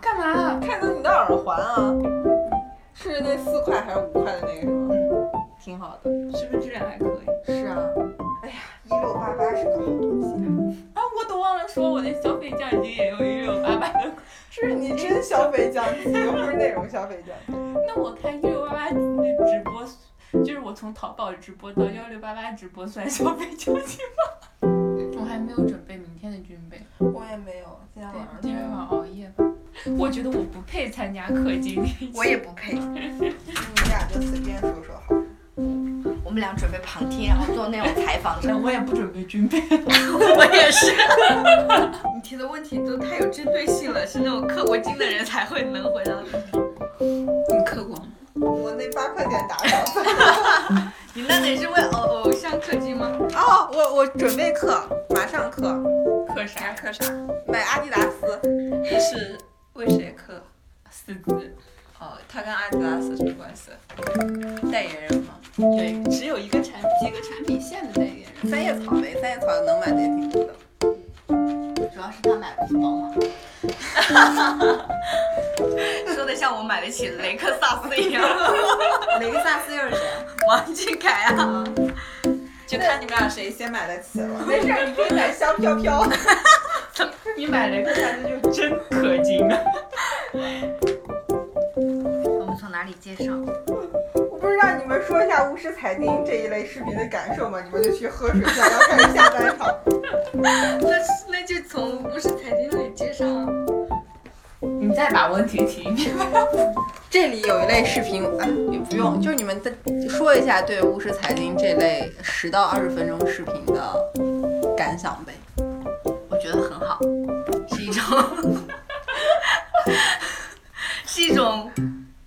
干嘛？看到你的耳环啊，是那四块还是五块的那个是吗？挺好的。是不是质量还可以？是啊。哎呀，一六八八是个好东西。啊，我都忘了说，我的消费酱已经也有一六八八的。这是你真消费降级，又不是内容消费降级。那我看一六八八的直播，就是我从淘宝直播到幺六八八直播算消费降级吗？ 我还没有准备明天的军备，我也没有，今天对，今天晚上熬夜吧。我觉得我不配参加氪金 那一期我也不配，你俩就随便说说好了。我们俩准备旁听，然后做那种采访。我也不准备军 备。我也是。你提的问题都太有针对性了，是那种氪过金的人才会能回答的。你刻过吗？我那八块钱打赏费。你那得是为偶偶像氪金吗？哦，我我准备氪，马上氪，氪啥啥？刻啥？ 买阿迪达斯。你是为谁刻？四字。哦，他跟阿迪达斯什么关系？代言人吗？对，只有一个产几个产品线的代言人。三叶草呗，三叶草能买的也挺多的。主要是他买不起宝马。说的像我买得起雷克萨斯一样。雷克萨斯又是谁？王俊凯啊，就看你们俩谁先买得起了。没事，你可以买香飘飘。 你买了一个啥子就真氪金啊！我们从哪里介绍？ 我不知道你们们说一下巫师财经这一类视频的感受嘛，你们就去喝水，想要开始下半场。那那就从不是财经里介绍。 你再把问题提一遍。这里有一类视频，哎，也不嗯用，就是你们的说一下对巫师财经这类十到二十分钟视频的感想呗。我觉得很好，是一种， 是一种，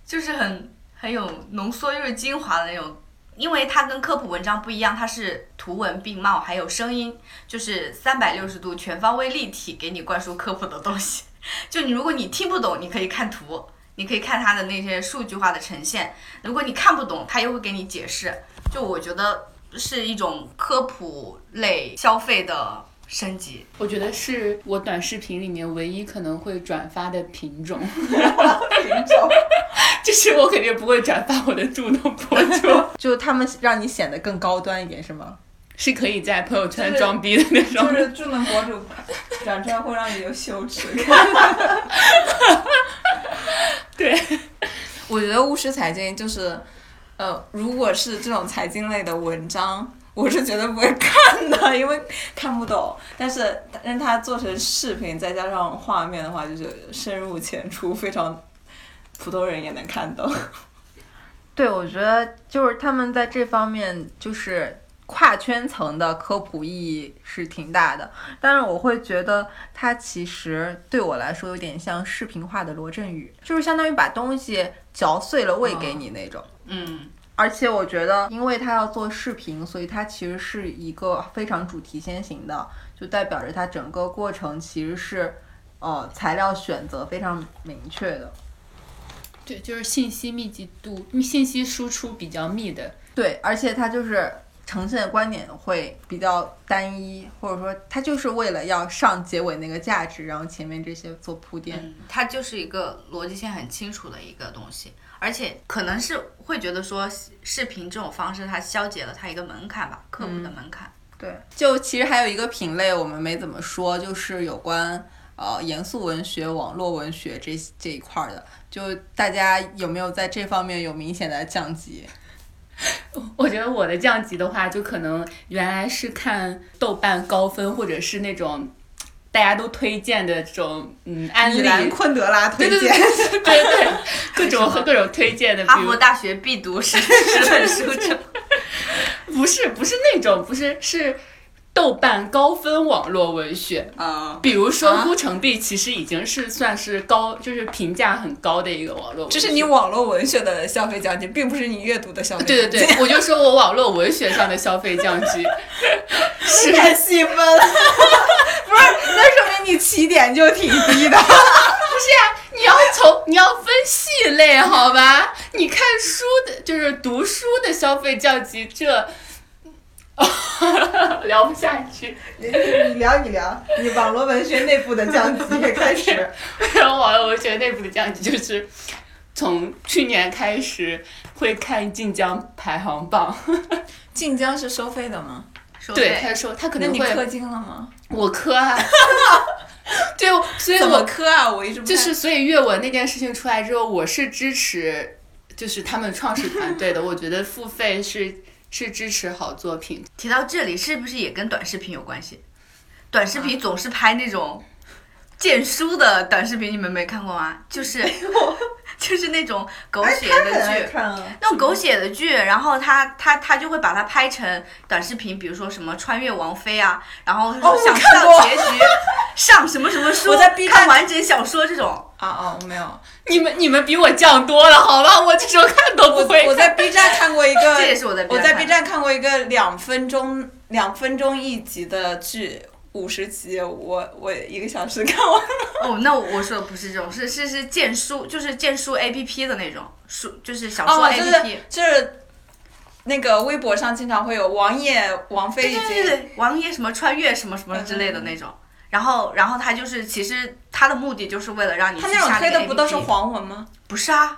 就是很很有浓缩又是精华的那种。因为它跟科普文章不一样，它是图文并茂，还有声音，就是三百六十度全方位立体给你灌输科普的东西。 就你如果你听不懂，你可以看图，你可以看它的那些数据化的呈现；如果你看不懂，它又会给你解释。就我觉得是一种科普类消费的升级。我觉得是我短视频里面唯一可能会转发的品种，品种， 就是我肯定不会转发我的助动博主，就他们让你显得更高端一点是吗？是可以在朋友圈装逼的那种。就是智能博主转出来会让你有羞耻感。我觉得巫师财经就是，呃，如果是这种财经类的文章，我是绝对不会看的，因为看不懂。但是让它做成视频，再加上画面的话，就是深入浅出，非常普通人也能看懂。对，我觉得就是他们在这方面就是跨圈层的科普意义是挺大的，但是我会觉得它其实对我来说有点像视频化的罗振宇，就是相当于把东西嚼碎了喂给你那种。嗯，而且我觉得，因为它要做视频，所以它其实是一个非常主题先行的，就代表着它整个过程其实是，呃，材料选择非常明确的。对，就是信息密集度、信息输出比较密的。对，而且它就是呈现的观点会比较单一，或者说它就是为了要上结尾那个价值，然后前面这些做铺垫。嗯它就是一个逻辑线很清楚的一个东西，而且可能是会觉得说视频这种方式它消解了它一个门槛吧，科普嗯的门槛。对，就其实还有一个品类我们没怎么说，就是有关呃严肃文学、网络文学这这一块儿的，就大家有没有在这方面有明显的降级？我觉得我的降级的话，就可能原来是看豆瓣高分，或者是那种大家都推荐的这种嗯安利米，兰昆德拉推对对荐对 对对，各种各种推荐的，比哈如佛大学必读 十十本书这种，不是不是那种，不是是豆瓣高分网络文学，啊嗯，比如说《孤城闭》，其实已经是算是高，就是评价很高的一个网络文学。这是你网络文学的消费降级，并不是你阅读的消费。对对， 对，我就说我网络文学上的消费降级， 是太细分 了，不是？那说明你起点就挺 低的。你要从你要分系类，好吧？你看书的，就是读书的消费降级，这 聊不下去。你你聊你聊，你网络文学内部的降级也开始。 然后网络文学内部的降级就是。从去年开始会看晋江排行榜，晋江是收费的吗？收对，费他说他可那能你氪会金了吗？我磕 啊，对，所以怎么我氪啊？我一直不就是，所以阅文那件事情出来之后，我是支持，就是他们创始团队的。我觉得付费是是支持好作品，提到这里，是不是也跟短视频有关系？短视频总是拍那种荐书的短视频，你们没看过吗？就是 就是那种狗血哎的剧，看啊，那种狗血的剧，然后他他他就会把它拍成短视频，比如说什么穿越王妃啊，然哦后他说想知道 结局，上什么什么书，我在 B 站看完整小说这种，啊啊，我没有，你们你们比我降多了，好吧？我这时候看都不会我在 B 站看过一 个，这也是我在 B 呃我站在看 B 站看过一个两分钟两分钟一集的剧，五十集，我我一个小时看完。哦，那我说的不是这种，是是是荐书，就是荐书 A P P 的那种书，就是小说哦， A 就是 P P。就是那个微博上经常会有王爷王妃对已经对对对，王爷什么穿越什么什么之类嗯的那种。然后，然后他就是，其实他的目的就是为了让你他去那种下推个的不都是 APP 黄文吗？不是啊，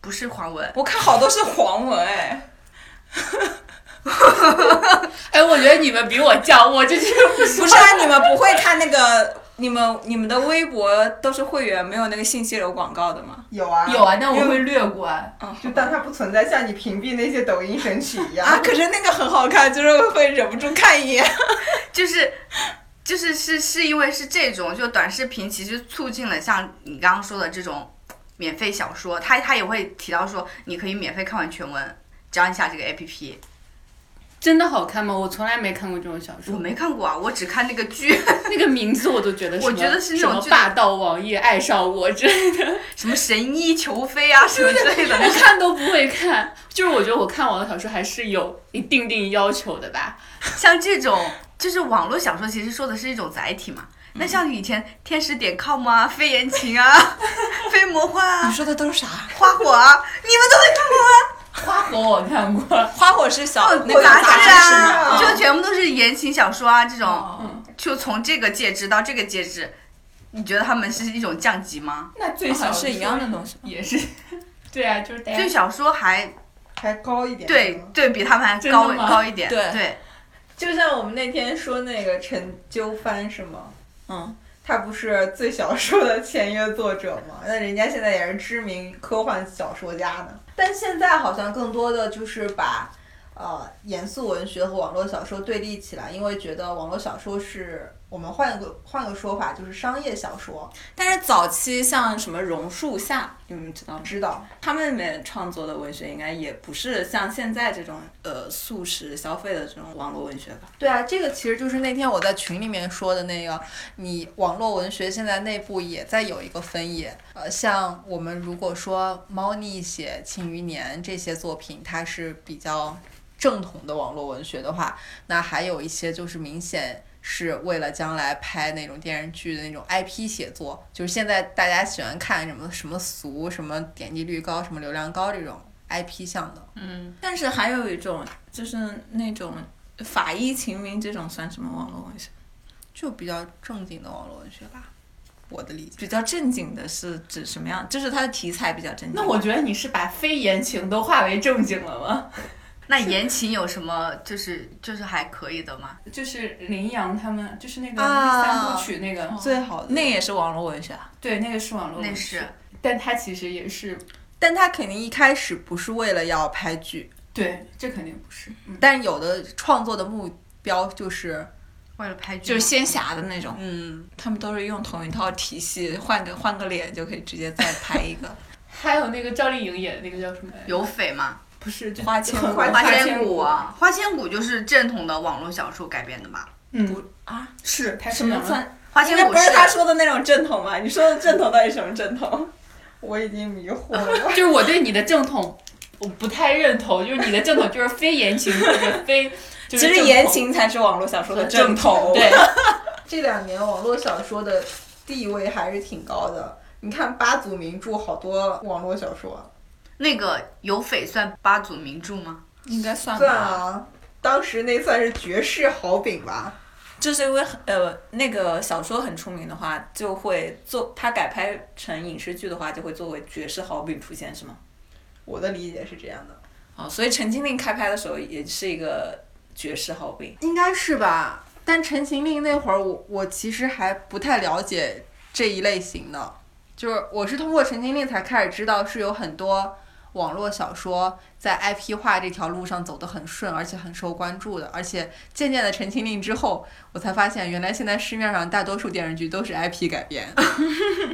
不是黄文，我看好多是黄文哎，哎，我觉得你们比我降，我这就是 不是啊，你们不会看那个你们你们的微博都是会员，没有那个信息流广告的吗？ 有啊有啊，但我因为会略过啊。就当它不存在，像你屏蔽那些抖音神曲一样。啊，可是那个很好看，就是会忍不住看一眼。就是就是是是因为是这种，就短视频其实促进了像你刚刚说的这种免费小说，它它也会提到说你可以免费看完全文，只要你下这个 A P P。真的好看吗？我从来没看过这种小我说，没看过啊，我只看那个剧， 那个名字我都觉得什么，我觉得是那种什么剧霸道王爷爱上我之类的，什么神医求飞啊什么之类 的。我看都不会看。就是我觉得我看网络小说还是有一定定要求的吧。像这种就是网络小说，其实说的是一种载体嘛。嗯那像以前天使点 com 啊、飞言情啊、 飞魔幻啊、说的都是啥？花火啊，你们都会花看过吗？火我看过， 花火是小哦那我个杂杂志志是吗？嗯啊，就全部都是言情小说啊这种，哦就从这个介质到这个介质，你觉得他们是一种降级吗？那最小哦是一样的东西，也是。对啊，就是大家对小说还还高一点。对对比他们还真的高吗高一点，对对，就像我们那天说那个陈纠帆是吗？嗯，他不是最小说的签约作者吗？那人家现在也是知名科幻小说家呢。但现在好像更多的就是把呃严肃文学和网络小说对立起来，因为觉得网络小说是我们换个换个说法，就是商业小说。但是早期像什么榕树下，你们知道吗？知道他们里面创作的文学应该也不是像现在这种呃速食消费的这种网络文学吧？对啊，这个其实就是那天我在群里面说的那个，你网络文学现在内部也在有一个分野。呃，像我们如果说猫腻写《庆余年》这些作品，它是比较正统的网络文学的话，那还有一些就是明显。是为了将来拍那种电视剧的那种 IP 写作，就是现在大家喜欢看什么什么俗、什么点击率高、什么流量高这种 IP 向的。嗯但是还有一种就是那种法医秦明这种算什么网络文学？就比较正经的网络文学吧，我的理解。比较正经的是指什么样？就是它的题材比较正经。那我觉得你是把非言情都化为正经了吗？那言情有什么就是就是还可以的吗？就是林阳他们，就是那个啊第三部曲那个，最好的那也是网络文学啊。对，那个是网络哦那文是学，但他其实也是但他肯定一开始不是为了要拍剧，对，这肯定不是。嗯，但有的创作的目标就是，为了拍剧吗，嗯就是仙侠的那种，嗯，他们都是用同一套体系，换个换个脸就可以直接再拍一 个。还有那个赵丽颖演的那个叫什么来着？有匪吗？不是就花千骨很花千千骨啊，花千骨就是正统的网络小说改编的吧？嗯啊，是它是什么两个算？花应千该骨不是他说的那种正统吧？你说的正统到底什么正统？我已经迷惑嗯了。就是我对你的正统，我不太认同。就是你的正统就是非言情或者非，就其是实正统言情才是网络小说的呃正统。 对，这两年网络小说的地位还是挺高的。你看八组名著，好多网络小说，那个有匪算八组名著吗？应该算算吧。啊，当时那算是绝世好饼吧。就是因为很呃那个小说很出名的话，就会做它改拍成影视剧的话，就会作为绝世好饼出现，是吗？我的理解是这样的。哦，所以《陈情令》开拍的时候也是一个绝世好 饼。应该是吧。但《陈情令》那会儿我，我其实还不太了解这一类型呢，就是我是通过《陈情令》才开始知道是有很多网络小说在 IP 化这条路上走得很顺，而且很受关注的。而且渐渐的，《陈情令》之后，我才发现原来现在市面上大多数电视剧都是 IP 改编。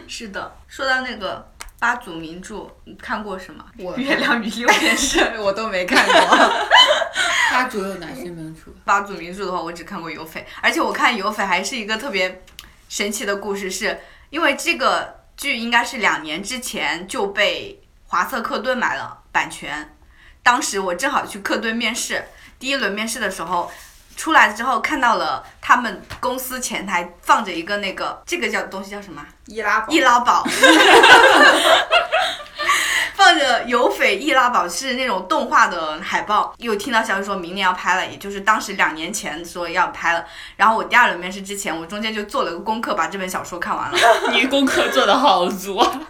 是的，说到那个八组名著，你看过什么？我月亮与六便士》。我都没看过。他主有哪些名著？八组名著的话，我只看过《有匪》，而且我看《有匪》还是一个特别神奇的故事，是因为这个剧应该是两年之前就被华策克顿买了版权，当时我正好去克顿面试，第一轮面试的时候。出来之后看到了他们公司前台放着一个那个这个叫东西叫什么啊？易拉宝易拉宝， 放着《有匪易拉宝》是那种动画的海报。有听到消息说明年要拍了，也就是当时两年前说要拍了。然后我第二轮面试之前，我中间就做了个功课，把这本小说看完了，你功课做的好足啊！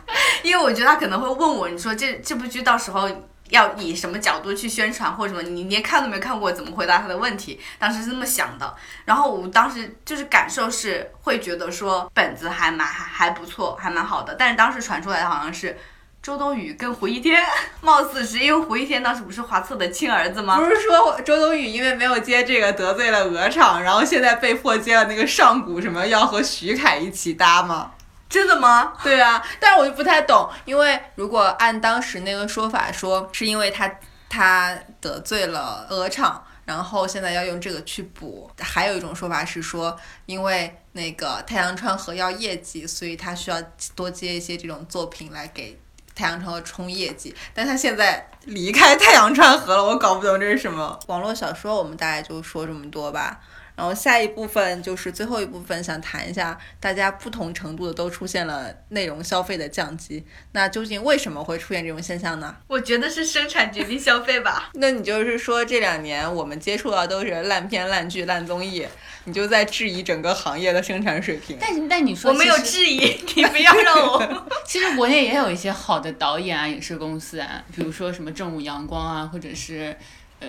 因为我觉得他可能会问我，你说这这部剧到时候要以什么角度去宣传或者什么，你连看都没看过，怎么回答他的问题？当时是这么想的。然后我当时就是感受是会觉得说本子还蛮还还不错，还蛮好的。但是当时传出来的好像是周冬雨跟胡一天， 貌似是因为胡一天当时不是华策的亲儿子吗？不是说周冬雨因为没有接这个得罪了鹅厂，然后现在被迫接了那个上古什么要和徐凯一起搭吗？真的吗？ 对啊，但是我就不太懂，因为如果按当时那个说法说，是因为他他得罪了鹅厂，然后现在要用这个去补。还有一种说法是说，因为那个太阳川和要业绩，所以他需要多接一些这种作品来给太阳川和冲业绩。但他现在离开太阳川河了，我搞不懂这是什么。网络小说我们大概就说这么多吧。然后下一部分就是最后一部分，想谈一下大家不同程度的都出现了内容消费的降级，那究竟为什么会出现这种现象呢？我觉得是生产决定消费吧。那你就是说这两年我们接触到都是烂片、烂剧、烂综艺，你就在质疑整个行业的生产水平。但是但你说我没有其实质疑，你不要让 我。其实国内也有一些好的导演啊、影视公司啊，比如说什么正午阳光啊，或者是呃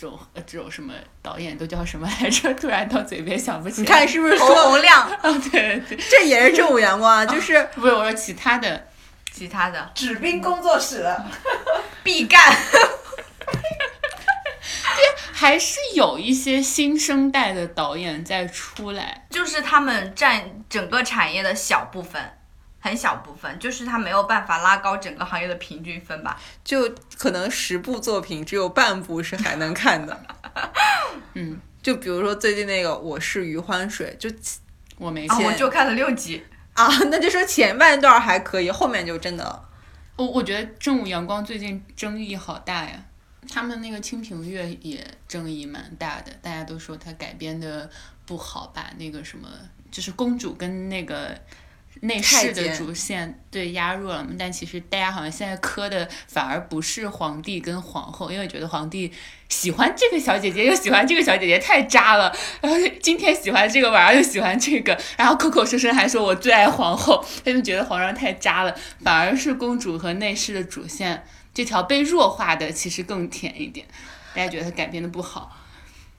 这种呃这种什么导演都叫什么来着？突然到嘴边想不起来。你看是不是侯说洪亮， 对对对，这也是正午阳光啊？就是不是我说其他的，其他的纸兵工作室，必干。还是有一些新生代的导演在出来。就是他们占整个产业的小部分，很小部分，就是他没有办法拉高整个行业的平均分吧。就可能十部作品只有半部是还能看的。嗯，就比如说最近那个《我是余欢水》，就我没啊，看，我就看了六集，啊，那就说前半段还可以，后面就真的。哦我我觉得正午阳光最近争议好大呀，他们那个《清平乐》也争议蛮大的，大家都说它改编的不好，把那个什么就是公主跟那个。内太侍的监主线对压弱了嘛，但其实大家好像现在磕的反而不是皇帝跟皇后，因为觉得皇帝喜欢这个小姐姐，又喜欢这个小姐姐，太渣了。然后今天喜欢这个，晚上又喜欢这个， 然后口口声声还说我最爱皇后，他就觉得皇上太渣了。反而是公主和内侍的主线这条被弱化的，其实更甜一点。大家觉得它改编的不好，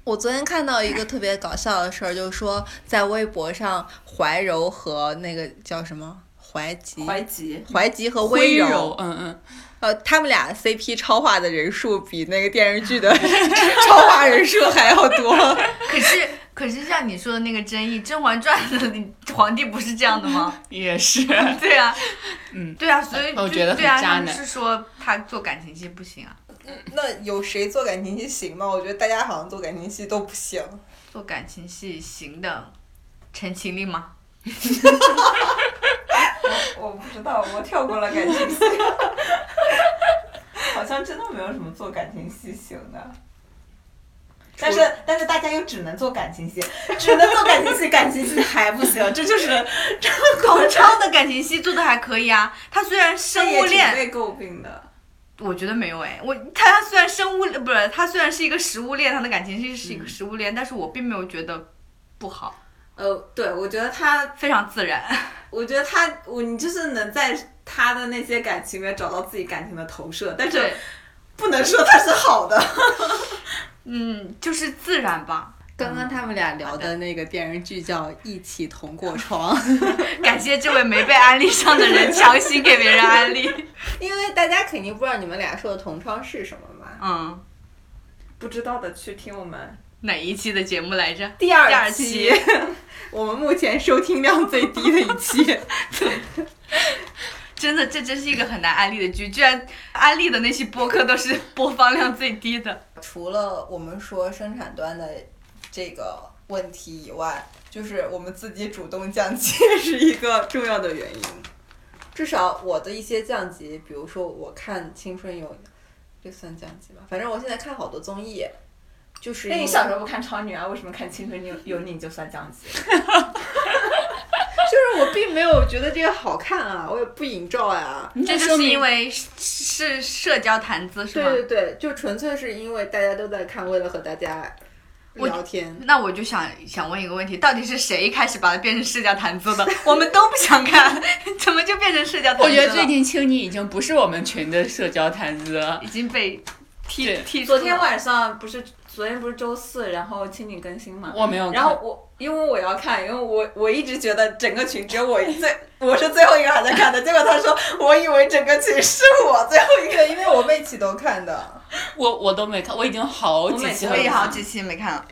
我昨天看到一个特别搞笑的事儿，就是说在微博上，怀柔和那个叫什么怀吉、怀吉怀吉和温温柔，柔，嗯嗯，呃，他们俩 CP 超话的人数比那个电视剧 的超话人数还要多。可是可是像你说的那个争议，《甄嬛传》的 皇帝不是这样的吗？ 也是。对啊，嗯对啊，所以我就觉得很对啊，渣他们男是说他做感情戏不行啊，那有谁做感情戏行吗？我觉得大家好像做感情戏都不行。做感情戏行的，陈情令吗？ 我不知道，我跳过了感情戏， 好像真的没有什么做感情戏型的。但是但是大家又只能做感情戏，只能做感情戏，感情戏还不行，这就是 孔超的感情戏做的还可以啊，他虽然这生也物挺链，被诟病的。我觉得没有哎，我他虽然生物不是他虽然是一个食物链，他的感情是是一个食物链，但是我并没有觉得不好，呃，对，我觉得他，非常自然。我觉得他，我你就是能在他的那些感情里面找到自己感情的投射， 但是对，不能说它是好的。嗯，就是自然吧。刚刚他们俩 聊的那个电视剧叫《一起同过窗》， 感谢这位没被安利上的人强行给别人安利。 因为大家肯定不知道你们俩说的同窗是什么嘛。嗯，不知道的去听我们哪一期的节目来着？第二第二期， 我们目前收听量最低的一期。真的，这真是一个很难安利的剧，居然安利的那些播客都是播放量最低的。除了我们说生产端的这个问题以外，就是我们自己主动降级也是一个重要的原因。至少我的一些降级，比如说我看《青春有你》，这算降级吧。反正我现在看好多综艺，就是那因你为小时候不看超女啊？为什么看青春有有你就算降级？就是我并没有觉得这个好看啊，我也不引照啊。这就是因为是是社交谈资是对吗？对对，就纯粹是因为大家都在看，为了和大家我聊天。那我就想想问一个问题，到底是谁开始把它变成世家谈资的？我们都不想看， 怎么就变成世家谈资 我了？觉得最近青你已经不是我们群的社交谈资了。已经被踢对踢出昨了。天晚上不是昨天不是周四，然后请你更新嘛，我没有看，然后我因为我要看，因为我我一直觉得整个群只有我最 我是最后一个还在看的，结果他说我以为整个群是我最后一个，对，因为我们一起都看的。我我都没看，我已经好几期我所了每以次。好几期没看了。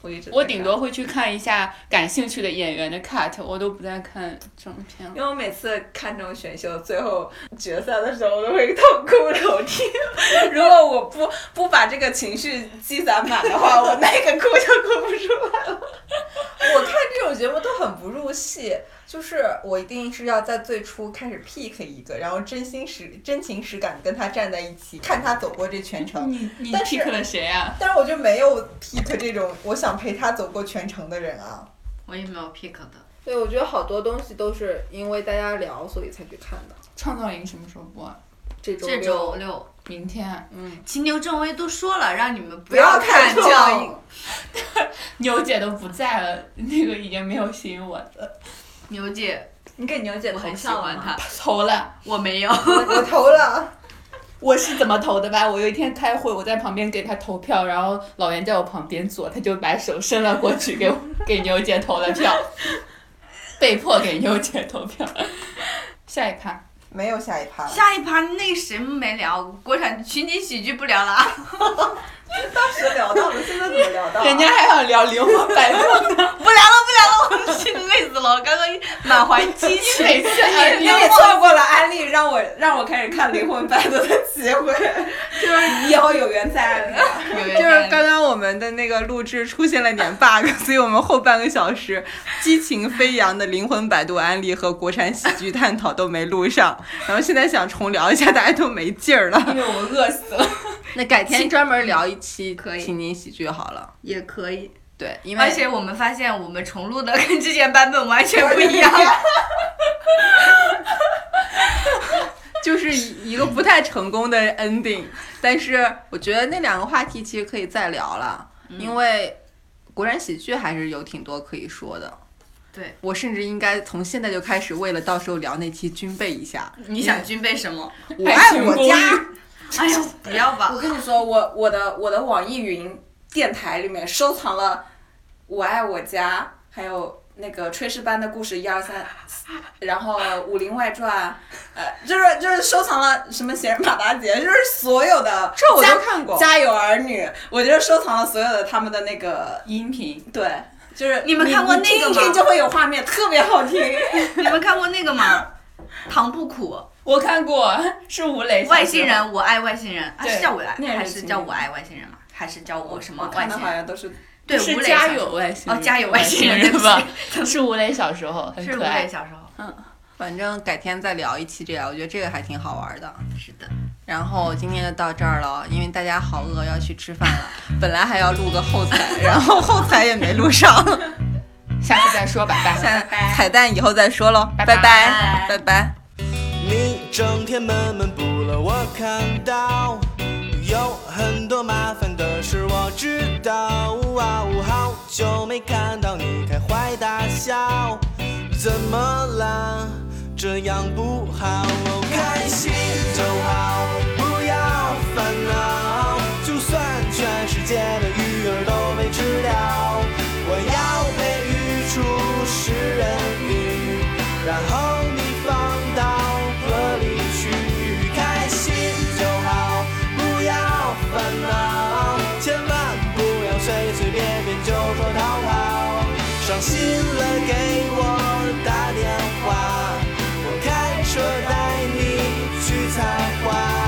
我一直在我看顶多会去看一下感兴趣的演员的 cut，我都不再看正片了。因为我每次看这种选秀最后决赛的时候，我都会痛哭流涕。 如果我不不把这个情绪积攒满的话，我那个哭就哭不出来。我看这种节目都很不入戏，就是我一定是要在最初开始 pick 一个，然后真心实真情实感地跟他站在一起，看他走过这全嗯程。你你但是 pick 了谁啊？但是我就没有 pick 这种我想陪他走过全程的人啊。我也没有 pick 的，对，我觉得好多东西都是因为大家聊，所以才去看的。创造营什么时候播啊？这周这周六，明天啊。秦牛正威都说了，让你们不不要看看这样。牛姐都不在了， 那个已经没有吸引我的牛姐，你给牛姐我投很喜票了欢吗？他，投了。我没有。我投了，我是怎么投的吧？我有一天开会，我在旁边给他投票，然后老袁在我旁边坐，他就把手伸了过去 给，给牛姐投了票，被迫给牛姐投票。 下一趴，没有下一趴了。下一趴那个谁没聊，国产情景喜剧不聊了啊，当时啊聊到了，现在怎么聊到了人家还想聊灵魂摆 渡，不聊了，不聊了，我心累死了，我刚刚满怀激 情。每次啊哎 你也错过了安利，让我让我开始看《灵魂伴侣》的机会， 就是以后有缘再安利。就是刚刚我们的那个录制出现了点 bug，所以 我们后半个小时激情飞扬的灵魂摆渡安利和国产喜剧探讨都没录上，然后现在想重聊一下，大家都没劲 儿了。哎因为我饿死了。那改天专门聊一期可以情景喜剧好了。也可以，对，因而为且我们发现我们重录的跟之前版本完全不一样。就是一个不太成功的 ending，但是我觉得那两个话题其实可以再聊了，嗯因为国产喜剧还是有挺多可以说的。对我甚至应该从现在就开始，为了到时候聊那期军备一 下。你想军备什么？我爱我家， 哎呦，不要吧我！跟你说，我我的我的网易云电台里面收藏了《我爱我家》，还有那个《炊事班的故事》一二三，然后《武林外传》，呃，就是就是收藏了什么《闲人马大姐》，就是所有的这我家都看过。家有儿女，我就收藏了所有的他们的那个音频对。就是你们看过那个听一吗听就会有画面，特别好听。 你们看过那个吗？唐不苦，我看过， 是吴磊外星，人，我爱外星人，啊对是叫我爱，那也是还是情叫侣我爱外星人吗？还是叫我什么我外看的星好人？像都是对，是吴磊家小时有候外星人哦家有外星人 是 吧对？是吴磊小时候很是吴可磊爱。小时候，反正改天再聊一期这个，我觉得这个还挺好玩的。是的，然后今天就到这儿了，因为大家好饿，要去吃饭了。本来还要录个后采，然后后采也没录上，下次再说吧，拜。彩 彩蛋以后再说喽，拜拜拜。拜拜你整天闷闷不乐，我看到有很多麻烦的事，我知道。哇哦好久没看到你开怀大笑，怎么啦？这样不好，哦开心就好，不要烦恼。就算全世界的鱼儿都被吃掉，我要被鱼出食人鱼。然后你放到河里去，开心就好，不要烦恼，千万不要随随便便就说逃跑。伤心了给我打电话，我开车带你去采花。